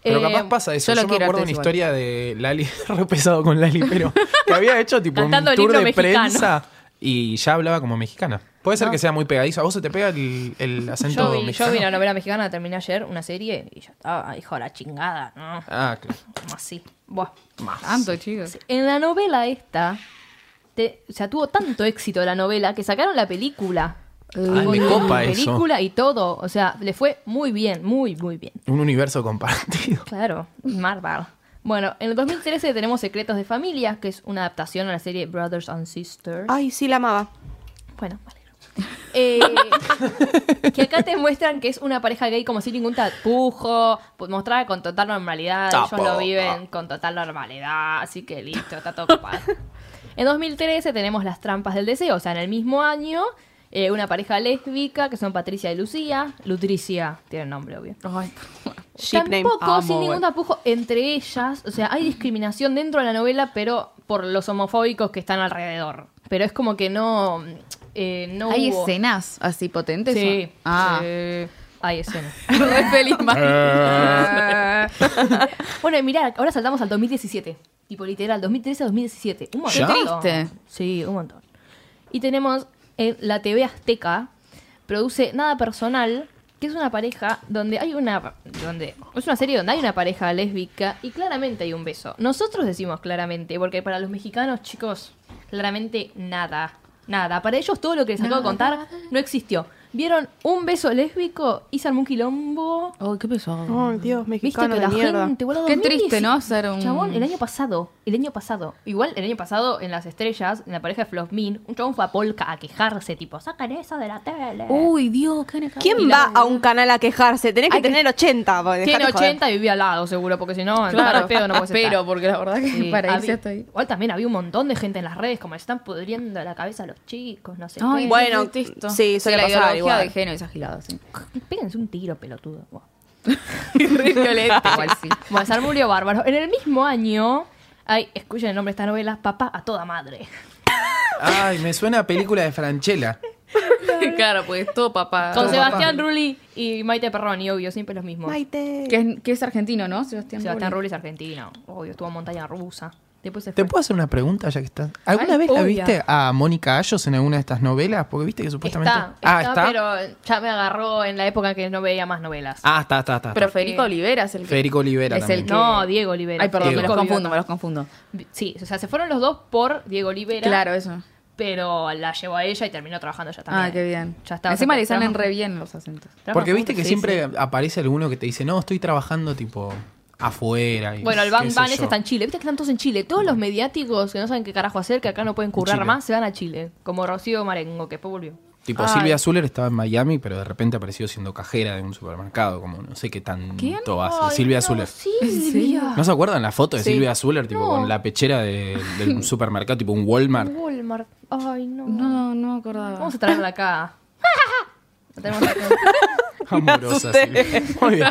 Pero
Eh,
capaz pasa eso.
yo
Yo,
lo
me
quiero
acuerdo
a
una
ustedes
historia de Lali, re pesado con Lali, pero que había hecho tipo un
Cantando el
tour
himno
de
mexicano. Ah.
prensa y ya hablaba como mexicana. Puede ser que sea muy pegadizo. ¿A vos se te pega el, el acento
Yo vi, yo
mexicano?
vi la novela mexicana, la terminé ayer, una serie, y yo estaba, ah, hijo de la chingada, ¿no?
Ah, claro.
Como así. Buah.
Tanto, chicos.
En la novela esta, te- o sea, tuvo tanto éxito la novela que sacaron la película.
Ay, Ah, me copa eso.
película y todo. O sea, le fue muy bien, muy, muy bien.
Un universo compartido.
Claro, Marvel. Bueno, en el 2013 tenemos Secretos de Familia, que es una adaptación a la serie Brothers and Sisters.
Ay, sí, la amaba.
Bueno, vale. que acá te muestran que es una pareja gay como sin ningún tapujo, pues, mostrada con total normalidad,
Tapo.
ellos lo viven con total normalidad, así que listo, está todo copado. En 2013 tenemos Las Trampas del Deseo, o sea, en el mismo año, eh, una pareja lésbica que son Patricia y Lucía. Lutricia tiene nombre, obvio.
Ay,
Ship name.
Tampoco,
Amo,
sin ningún
bueno.
tapujo entre ellas. O sea, hay discriminación dentro de la novela, pero por los homofóbicos que están alrededor. Pero es como que no. eh, no
¿Hay
hubo-
escenas así potentes?
Sí.
¿o? Ah.
sí. Hay escenas.
Re feliz, Mari.
bueno, y mirá, ahora saltamos al 2017. Tipo literal, 2013 a 2017. Un montón.
¿Ya? Triste.
Sí, un montón. Y tenemos en la TV Azteca, produce Nada Personal, que es una pareja donde hay una. donde Es una serie donde hay una pareja lésbica y claramente hay un beso. Nosotros decimos claramente, porque para los mexicanos, chicos, claramente nada. Nada. Para ellos todo lo que les acabo de contar no existió. Vieron un beso lésbico y se armó un quilombo.
Ay, qué pesado.
Ay, Dios,
Viste que
mexicano
la
de mierda.
gente, boludo,
Qué
2010.
triste, ¿no? Ser un-
Chabón, el año pasado, el año pasado. Igual, el año pasado, en Las Estrellas, en la pareja de Flosmin, un chabón fue a Polka a quejarse, tipo, sacan eso de la tele.
Uy, Dios, qué necada.
¿Quién va a un canal a quejarse? Tenés que tener 80. porque
Tiene
dejate joder.
80 y vivía al lado, seguro, porque si no, claro,
Claro,
al pedo no puedes
pero
estar.
porque la verdad que
Sí,
para irse
había-
hasta ahí.
Igual también había un montón de gente en las redes, como le están pudriendo la cabeza a los chicos, no sé
Ay,
qué.
Bueno,
qué triste.
sí, suele
la ideología
pasar igual.
de género es agilada, sí.
Péguense un tiro, pelotudo. Buah.
Re violenta, igual sí.
Bueno, se armó un lío bárbaro. En el mismo año, ay, escuchen el nombre de esta novela, Papá a toda madre.
Ay, me suena a película de Franchella.
claro, pues todo papá.
Con Sebastián Rulli y Maite Perroni, obvio, siempre los mismos.
Maite.
Que es, que es argentino, ¿no? Sebastián,
Sebastián
Rulli.
Rulli es argentino, obvio, estuvo en montaña rusa. Después se
¿Te
fue.
puedo hacer una pregunta ya que estás? ¿Alguna
Ay,
vez la
obvia.
viste a Mónica Ayos en alguna de estas novelas? Porque viste que supuestamente.
Está,
ah,
está, pero ya me agarró en la época en que no veía más novelas.
Ah, está, está, está.
Pero Federico Olivera es el que...
Federico Olivera
Es
también.
el que-
no, Diego Olivera.
Ay, perdón, me
Diego
los confundo, me
Olivera.
los confundo.
Sí, o sea, se fueron los dos por Diego Olivera,
Claro, eso.
pero la llevó a ella y terminó trabajando ya también.
Ah, qué bien.
Ya está.
Encima
o sea,
le salen
trabajan-
re bien los acentos.
trabajan
Porque viste que
juntos, sí,
siempre
sí.
aparece alguno que te dice, no, estoy trabajando tipo afuera. y
Bueno, el
qué
Bang
sé
Ban
yo".
ese está en Chile. Viste que están todos en Chile. Todos los mediáticos que no saben qué carajo hacer, que acá no pueden currar
Chile.
más, se van a Chile. Como Rocío Marengo, que después volvió.
Tipo, Silvia Zuller estaba en Miami, pero de repente apareció siendo cajera de un supermercado, como no sé qué tanto hace. Silvia Zuller.
Silvia.
¿No se acuerdan la foto de Silvia Zuller, tipo, con la pechera de, del supermercado, tipo un Walmart?
Walmart. Ay, no.
No, no me acordaba.
Vamos a traerla acá. La tenemos acá.
Amorosa, Silvia. Muy bien.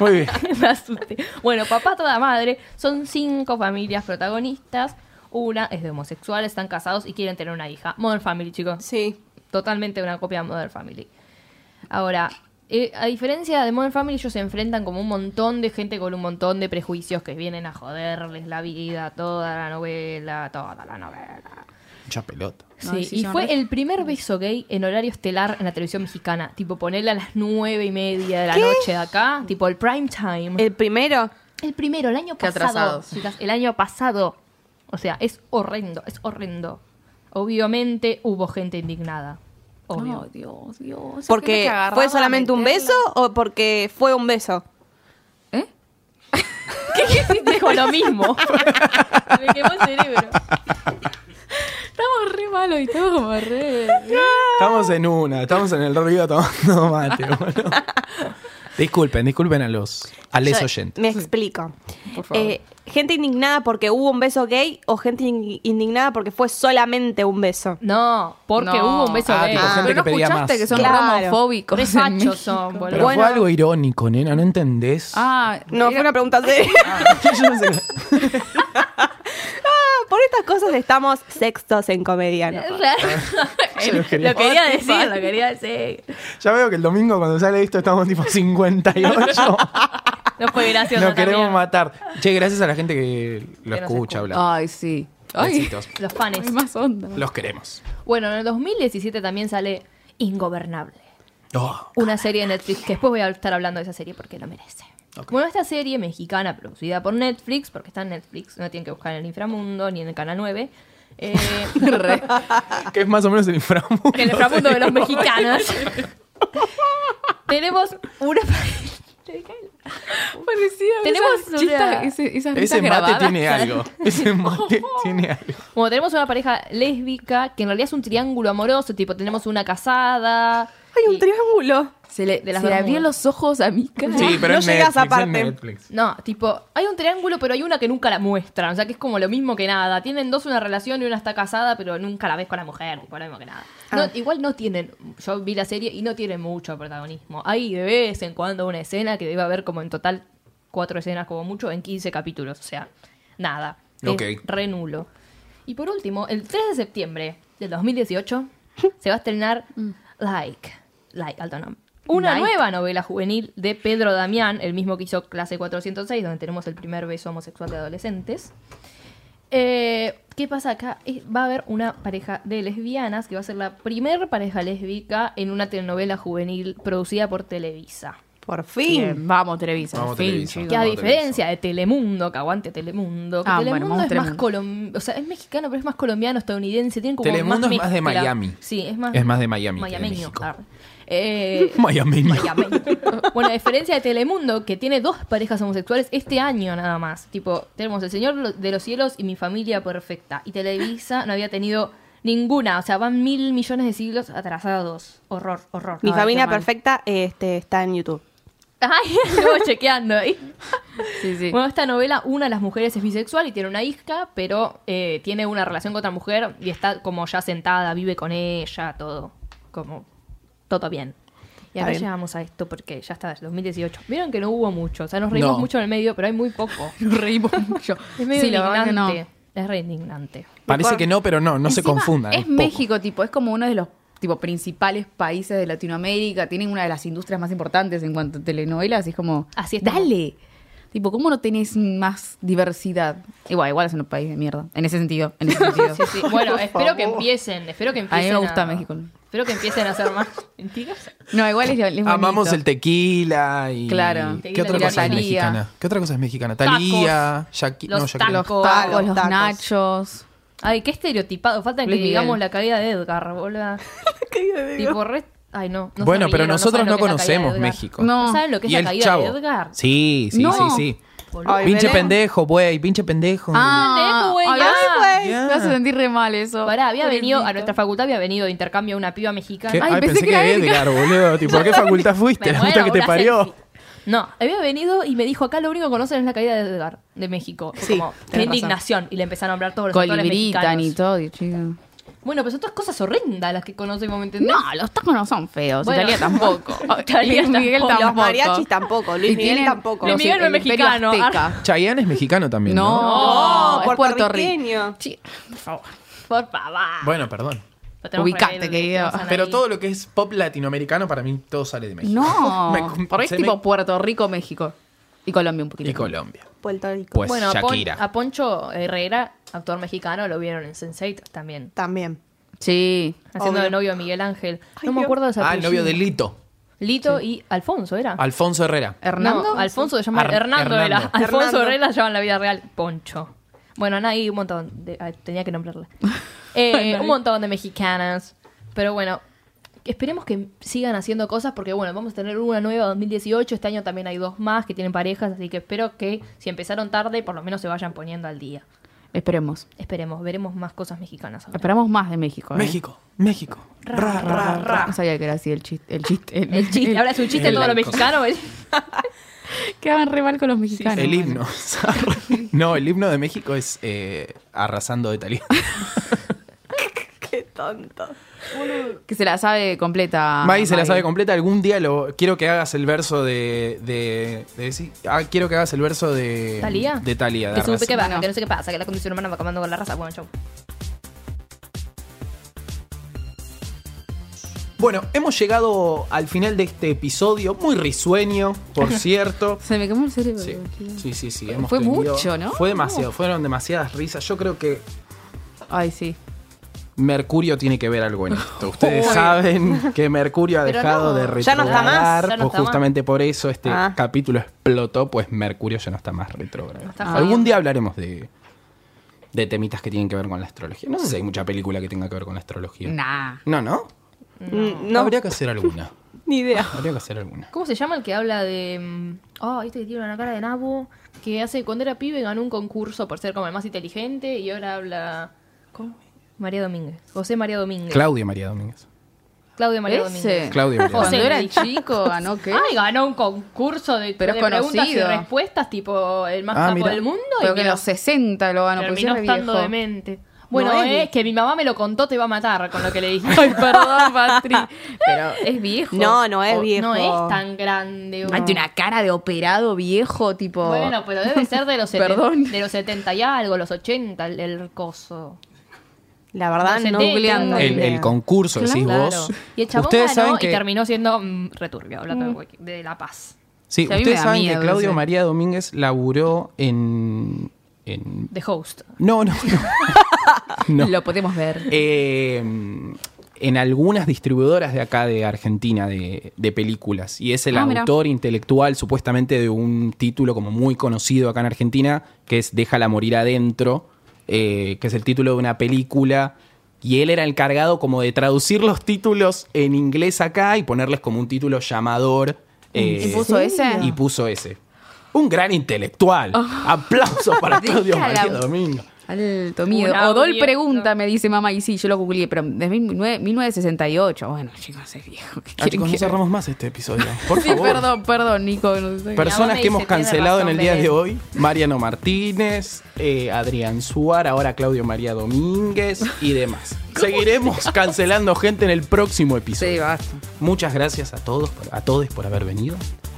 Muy bien.
Me asusté. Bueno, papá toda madre. Son cinco familias protagonistas. Una es de homosexuales, están casados y quieren tener una hija. Modern Family, chicos.
Sí.
Totalmente una copia de Modern Family. Ahora, eh, a diferencia de Modern Family, ellos se enfrentan como un montón de gente con un montón de prejuicios que vienen a joderles la vida, toda la novela, toda la novela.
Mucha pelota.
Sí,
Ay, sí,
y
son
fue
re-
el primer beso gay en horario estelar en la televisión mexicana. Tipo, ponerle a las nueve y media de la noche de acá. Tipo, el prime time.
El primero.
El primero, el año
Eh, Qué
pasado.
atrasados.
chicas, el año pasado. O sea, es horrendo, es horrendo. Obviamente hubo gente indignada. Obvio.
No, Dios, Dios.
¿Porque fue solamente un beso o porque fue un beso?
¿Eh?
Dijo lo mismo. Me quemó el cerebro.
Estamos re malos y estamos como re.
Estamos en una, estamos en el río tomando mate, boludo. Disculpen, disculpen a los a les
Yo
oyentes.
Me explico. Eh, gente indignada porque hubo un beso gay o gente in- indignada porque fue solamente un beso.
No, porque
No.
hubo un beso
Ah,
gay.
tipo, gente
Pero no
que pedía
escuchaste
más.
que son
Claro.
homofóbicos.
Re fachos son, boludo.
Pero fue algo irónico, nena, ¿no entendés?
Ah,
No, fue una pregunta seria.
Yo no sé qué-
Ah, Por estas cosas estamos sextos en comedia. ¿no?
lo quería, decir, lo quería decir.
Ya veo que el domingo cuando sale esto estamos tipo 58.
No fue gracioso.
Nos queremos
también.
matar. Che, gracias a la gente que lo
nos
escucha, bla.
Ay, sí. Ay,
Besitos.
Los fans.
hay más onda.
Los queremos.
Bueno, en el 2017 también sale Ingobernable.
Oh,
Una serie de Netflix que después voy a estar hablando de esa serie porque lo merece. Bueno, esta serie mexicana producida por Netflix, porque está en Netflix, no tienen que buscar en el inframundo ni en el canal 9. eh,
que es más o menos el inframundo.
en el inframundo de los mexicanos. Tenemos una.
Parecía
Tenemos
esas chistas-
una-
ese- esas risas
Ese mate
grabadas.
tiene algo. Ese mate tiene algo.
Bueno, tenemos una pareja lésbica que en realidad es un triángulo amoroso, tipo, tenemos una casada.
Hay
y-
un triángulo.
Se le,
De las
se le
Bermudas.
abrían los ojos a Mika.
Sí, pero
No
es
llegas
Netflix,
a
es
parte.
Netflix.
No, tipo, hay un triángulo, pero hay una que nunca la muestran. O sea, que es como lo mismo que nada. Tienen dos una relación y una está casada, pero nunca la ves con la mujer, tipo, lo mismo que nada. No,
Ah.
Igual no tienen, yo vi la serie y no tienen mucho protagonismo. Hay de vez en cuando una escena que debe haber como en total cuatro escenas, como mucho, en 15 capítulos. O sea, nada. Es
Ok.
re nulo. Y por último, el 3 de septiembre del 2018 se va a estrenar Like, Like, alto nombre. Una nueva novela juvenil de Pedro Damián, el mismo que hizo Clase 406, donde tenemos el primer beso homosexual de adolescentes. Eh, ¿Qué pasa acá? Eh, Va a haber una pareja de lesbianas que va a ser la primer pareja lésbica en una telenovela juvenil producida por Televisa.
Por fin.
Bien, vamos, Televisa.
Vamos,
al fin,
Televisa.
chicos.
Que a
no,
diferencia de Telemundo, que aguante Telemundo, que
Ah, bueno,
Telemundo
vamos
es más
Telemundo.
colombiano, o sea, es mexicano, pero es más colombiano, estadounidense, tienen como
Telemundo
más
es más de
mezcla.
Miami.
Sí, es más,
Es más de Miami que de
Miameño.
México.
arre. Eh,
Miameño.
Miameño. bueno, a diferencia de Telemundo, que tiene dos parejas homosexuales este año nada más. Tipo, tenemos El Señor de los Cielos y Mi Familia Perfecta. Y Televisa no había tenido ninguna, o sea, van mil millones de siglos atrasados. Horror, horror.
Mi
Ay,
familia
qué mal.
perfecta este, está en YouTube.
Ay, estuvo chequeando ahí.
Sí, sí.
Bueno, esta novela, una de las mujeres es bisexual y tiene una hija, pero eh, tiene una relación con otra mujer y está como ya sentada, vive con ella, todo. Como, todo bien. Y
Está
acá
bien.
llegamos a esto porque ya está, es 2018. Vieron que no hubo mucho, o sea, nos reímos
No.
mucho en el medio, pero hay muy poco.
Nos reímos mucho.
Es medio
Sí, la verdad
indignante.
que no.
Es re indignante.
Parece que no, pero no, no se
Encima,
confundan.
Es,
poco.
México, tipo, es como uno de los tipo principales países de Latinoamérica, tienen una de las industrias más importantes en cuanto a telenovelas, y es como,
Así estamos.
dale. Tipo, ¿cómo no tenés más diversidad? Igual, igual es un país de mierda, en ese sentido, en ese sentido.
Sí, sí. Bueno, espero que empiecen, espero que
A mí
empiecen.
me gusta México.
Espero que empiecen a hacer más mentiras.
No, igual es, es
Amamos
bonito.
el tequila y.
Claro.
¿Qué
Tequila
otra
y
cosa es
Talía.
mexicana? ¿Qué otra cosa es mexicana? Talía, Shaki-
los
no, Shakira.
tacos.
Los tacos, los
Tacos.
nachos.
Ay, qué estereotipado. Falta que
Luis Miguel.
digamos la caída de Edgar, boluda. Tipo, re- Ay, no. no
bueno,
se
pero
rieron, no
nosotros
saben
no
lo que es la caída de
conocemos
Edgar.
México.
No.
¿No saben lo que es
Y
la
el
caída
chavo.
de Edgar?
Sí, sí,
No.
sí, sí.
Boludo.
Ay,
pinche
Belén.
pendejo, güey, pinche pendejo.
Ah,
Pendejo, güey,
ay,
ya.
ay,
Ya.
Me hace sentir re mal eso.
Pará, había venido a
Pobrecito.
nuestra facultad, había venido de intercambio una piba mexicana.
¿Qué?
Ay, pensé que
era
era Edgar.
boludo. Tipo, ¿a qué facultad fuiste? La puta
muero,
que te
una
parió.
selfie. No, había venido y me dijo, acá lo único que conocen es la caída de Edgar, de México. Fue
Sí,
como,
tenés
qué
razón.
indignación. Y le empezaron a nombrar todos los actores
Colibrí,
mexicanos.
y todo, chico.
Bueno, pero son todas cosas horrendas las que conocemos, ¿me entendés?
No, los tacos no son feos.
Bueno.
Italia tampoco.
Italia
Luis Miguel
tampoco.
tampoco.
Los mariachis tampoco. Luis
Y
Miguel
tienen
tampoco.
los
Luis Miguel no es
el Imperio
mexicano.
Azteca.
Chayanne es mexicano también, ¿no?
Ah. No,
No,
Oh, es
puertorriqueño.
Chi- Por favor.
Por favor.
Bueno, perdón.
Lo tenemos
ubicate,
re-
querido.
tenemos
Pero
ahí.
todo lo que es pop latinoamericano, para mí todo sale de México.
No,
Me-
por ahí es
se me-
tipo Puerto Rico, México. Y Colombia un poquito.
Y Colombia.
Puerto Rico.
Pues
Bueno, a, Pon-
Shakira.
a Poncho Herrera, actor mexicano, lo vieron en Sense8 también.
También.
Sí.
Haciendo
Obvio.
de novio a Miguel Ángel.
Ay,
no me
Dios.
acuerdo de esa
Ah, el novio de Lito.
Lito y Alfonso, ¿era?
Alfonso Herrera.
Hernando.
No, Alfonso se llama
Ar-
Hernando, era.
Hernando.
Alfonso
Hernando.
Herrera se llama en la vida real Poncho. Bueno, nada, hay un montón. de- ay, tenía que nombrarla. Eh, un montón de mexicanas. Pero bueno, esperemos que sigan haciendo cosas porque, bueno, vamos a tener una nueva 2018. Este año también hay dos más que tienen parejas, así que espero que si empezaron tarde, por lo menos se vayan poniendo al día.
Esperemos.
Esperemos, veremos más cosas mexicanas. ahora.
Esperamos más de México. ¿eh?
México, México. Ra, ra, ra.
No sabía que era así el chiste. El chiste. El,
El chiste, ahora es un chiste
el
todo lo
blanco.
mexicano. el-
Quedaban re mal con los mexicanos.
El himno. no, el himno de México es eh, Arrasando de Talía.
Que se la sabe completa.
Maggie se la
Maggie.
sabe completa. Algún día lo quiero que hagas el verso de. de, de- sí. Ah, quiero que hagas el verso de.
¿Thalía?
De Talía.
Que supe que baja, que no sé qué pasa, que la condición humana va acabando con la raza. Bueno, chau.
Bueno, hemos llegado al final de este episodio. Muy risueño, por cierto.
Se me quemó el cerebro.
Sí, sí, sí. sí, hemos
Fue
tenido-
mucho, ¿no?
Fue demasiado. Fueron demasiadas risas. Yo creo que
Ay, sí.
Mercurio tiene que ver algo en esto. Ustedes saben que Mercurio ha
Pero
dejado
no,
de
ya no
retrogradar.
está más,
ya no
pues
está más.
justamente por eso este
Ah.
capítulo explotó, pues Mercurio ya no está más retrogrado.
está
Algún
jodiendo.
día hablaremos de, de temitas que tienen que ver con la astrología. No sé si hay mucha película que tenga que ver con la astrología.
Nah.
No, no.
Mm, No,
Habría que hacer alguna.
ni idea.
Habría que hacer alguna.
¿Cómo se llama el que habla de. mm, Ah, este que tiene una cara de nabo. Que hace cuando era pibe ganó un concurso por ser como el más inteligente y ahora habla. ¿Cómo? María Domínguez. José María Domínguez.
Claudia María Domínguez.
Claudio María
Ese.
Domínguez.
Claudia María
José.
Cuando
Domínguez.
era
Luis.
chico, ganó qué.
Ay, ganó un concurso de,
Pero
de
es
preguntas y
conocido.
respuestas, tipo el más
Ah,
capo
mira.
del mundo.
Pero
y
que en
mira,
los 60 lo ganó. Porque
terminó
siempre
estando
pues viejo.
demente. Bueno,
No,
eh,
Eli.
es que mi mamá me lo contó, te va a matar con lo que le dije.
Ay, perdón, Patri. Pero es viejo.
No, no es viejo.
Oh, No es tan grande.
Ante una cara de operado viejo, tipo.
Bueno, pero debe ser de los, seten-
Perdón.
de los 70 y algo, los 80, el, el coso.
La verdad,
No,
no.
se te-
googleando.
El, el concurso, decís vos.
Y el chabón
Ustedes
ganó
saben
y
que
terminó siendo mm, returbio, hablando de La Paz.
Sí,
Sí, a mí me
ustedes
da
saben
miedo
que Claudio
ese.
María Domínguez laburó en. en-
De host.
No, no, no. No.
Lo podemos ver.
Eh, en algunas distribuidoras de acá de Argentina de, de películas. Y es el
Ah, mira.
autor intelectual, supuestamente, de un título como muy conocido acá en Argentina, que es Déjala morir adentro, eh, que es el título de una película. Y él era el encargado como de traducir los títulos en inglés acá y ponerles como un título llamador. eh,
Mm, ¿Y puso ese?
y puso ese. Un gran intelectual.
Ah.
Aplauso para Claudio
Déjala.
María Domingo.
Alto miedo.
Un audio.
Odol pregunta, me dice mamá, y sí, yo lo googleé, pero desde 19- 1968. Bueno, chicos, es viejo. ¿qué
Ah, chicos,
quieren
no
que haga?
cerramos más este episodio. Por
Sí,
favor.
perdón, perdón, Nico. No sé.
Mi mamá
Personas
me
que hemos
dice, "Tiene
cancelado en el
razón,
día de
Belén".
hoy. Mariano Martínez, eh, Adrián Suar, ahora Claudio María Domínguez y demás. Seguiremos cancelando gente en el próximo
Sí,
episodio.
basta.
Muchas gracias a todos, por- a todos por haber venido.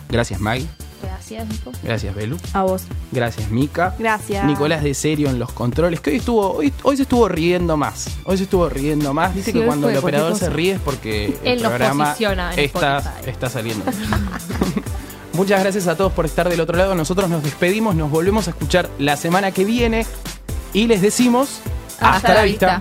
Gracias Maggie,
Gracias, Nico.
gracias Belu,
A vos.
gracias Mica.
Gracias.
Nicolás de Serio en los controles, que hoy estuvo, hoy, hoy se estuvo riendo más. Hoy se estuvo riendo más. Dice
Sí,
que
hoy
cuando
fue
el
cualquier
operador se
cosa.
ríe es porque el
Él nos
programa
posiciona en
está,
Spotify.
está saliendo. Muchas gracias a todos por estar del otro lado. Nosotros nos despedimos, nos volvemos a escuchar la semana que viene y les decimos hasta, la vista.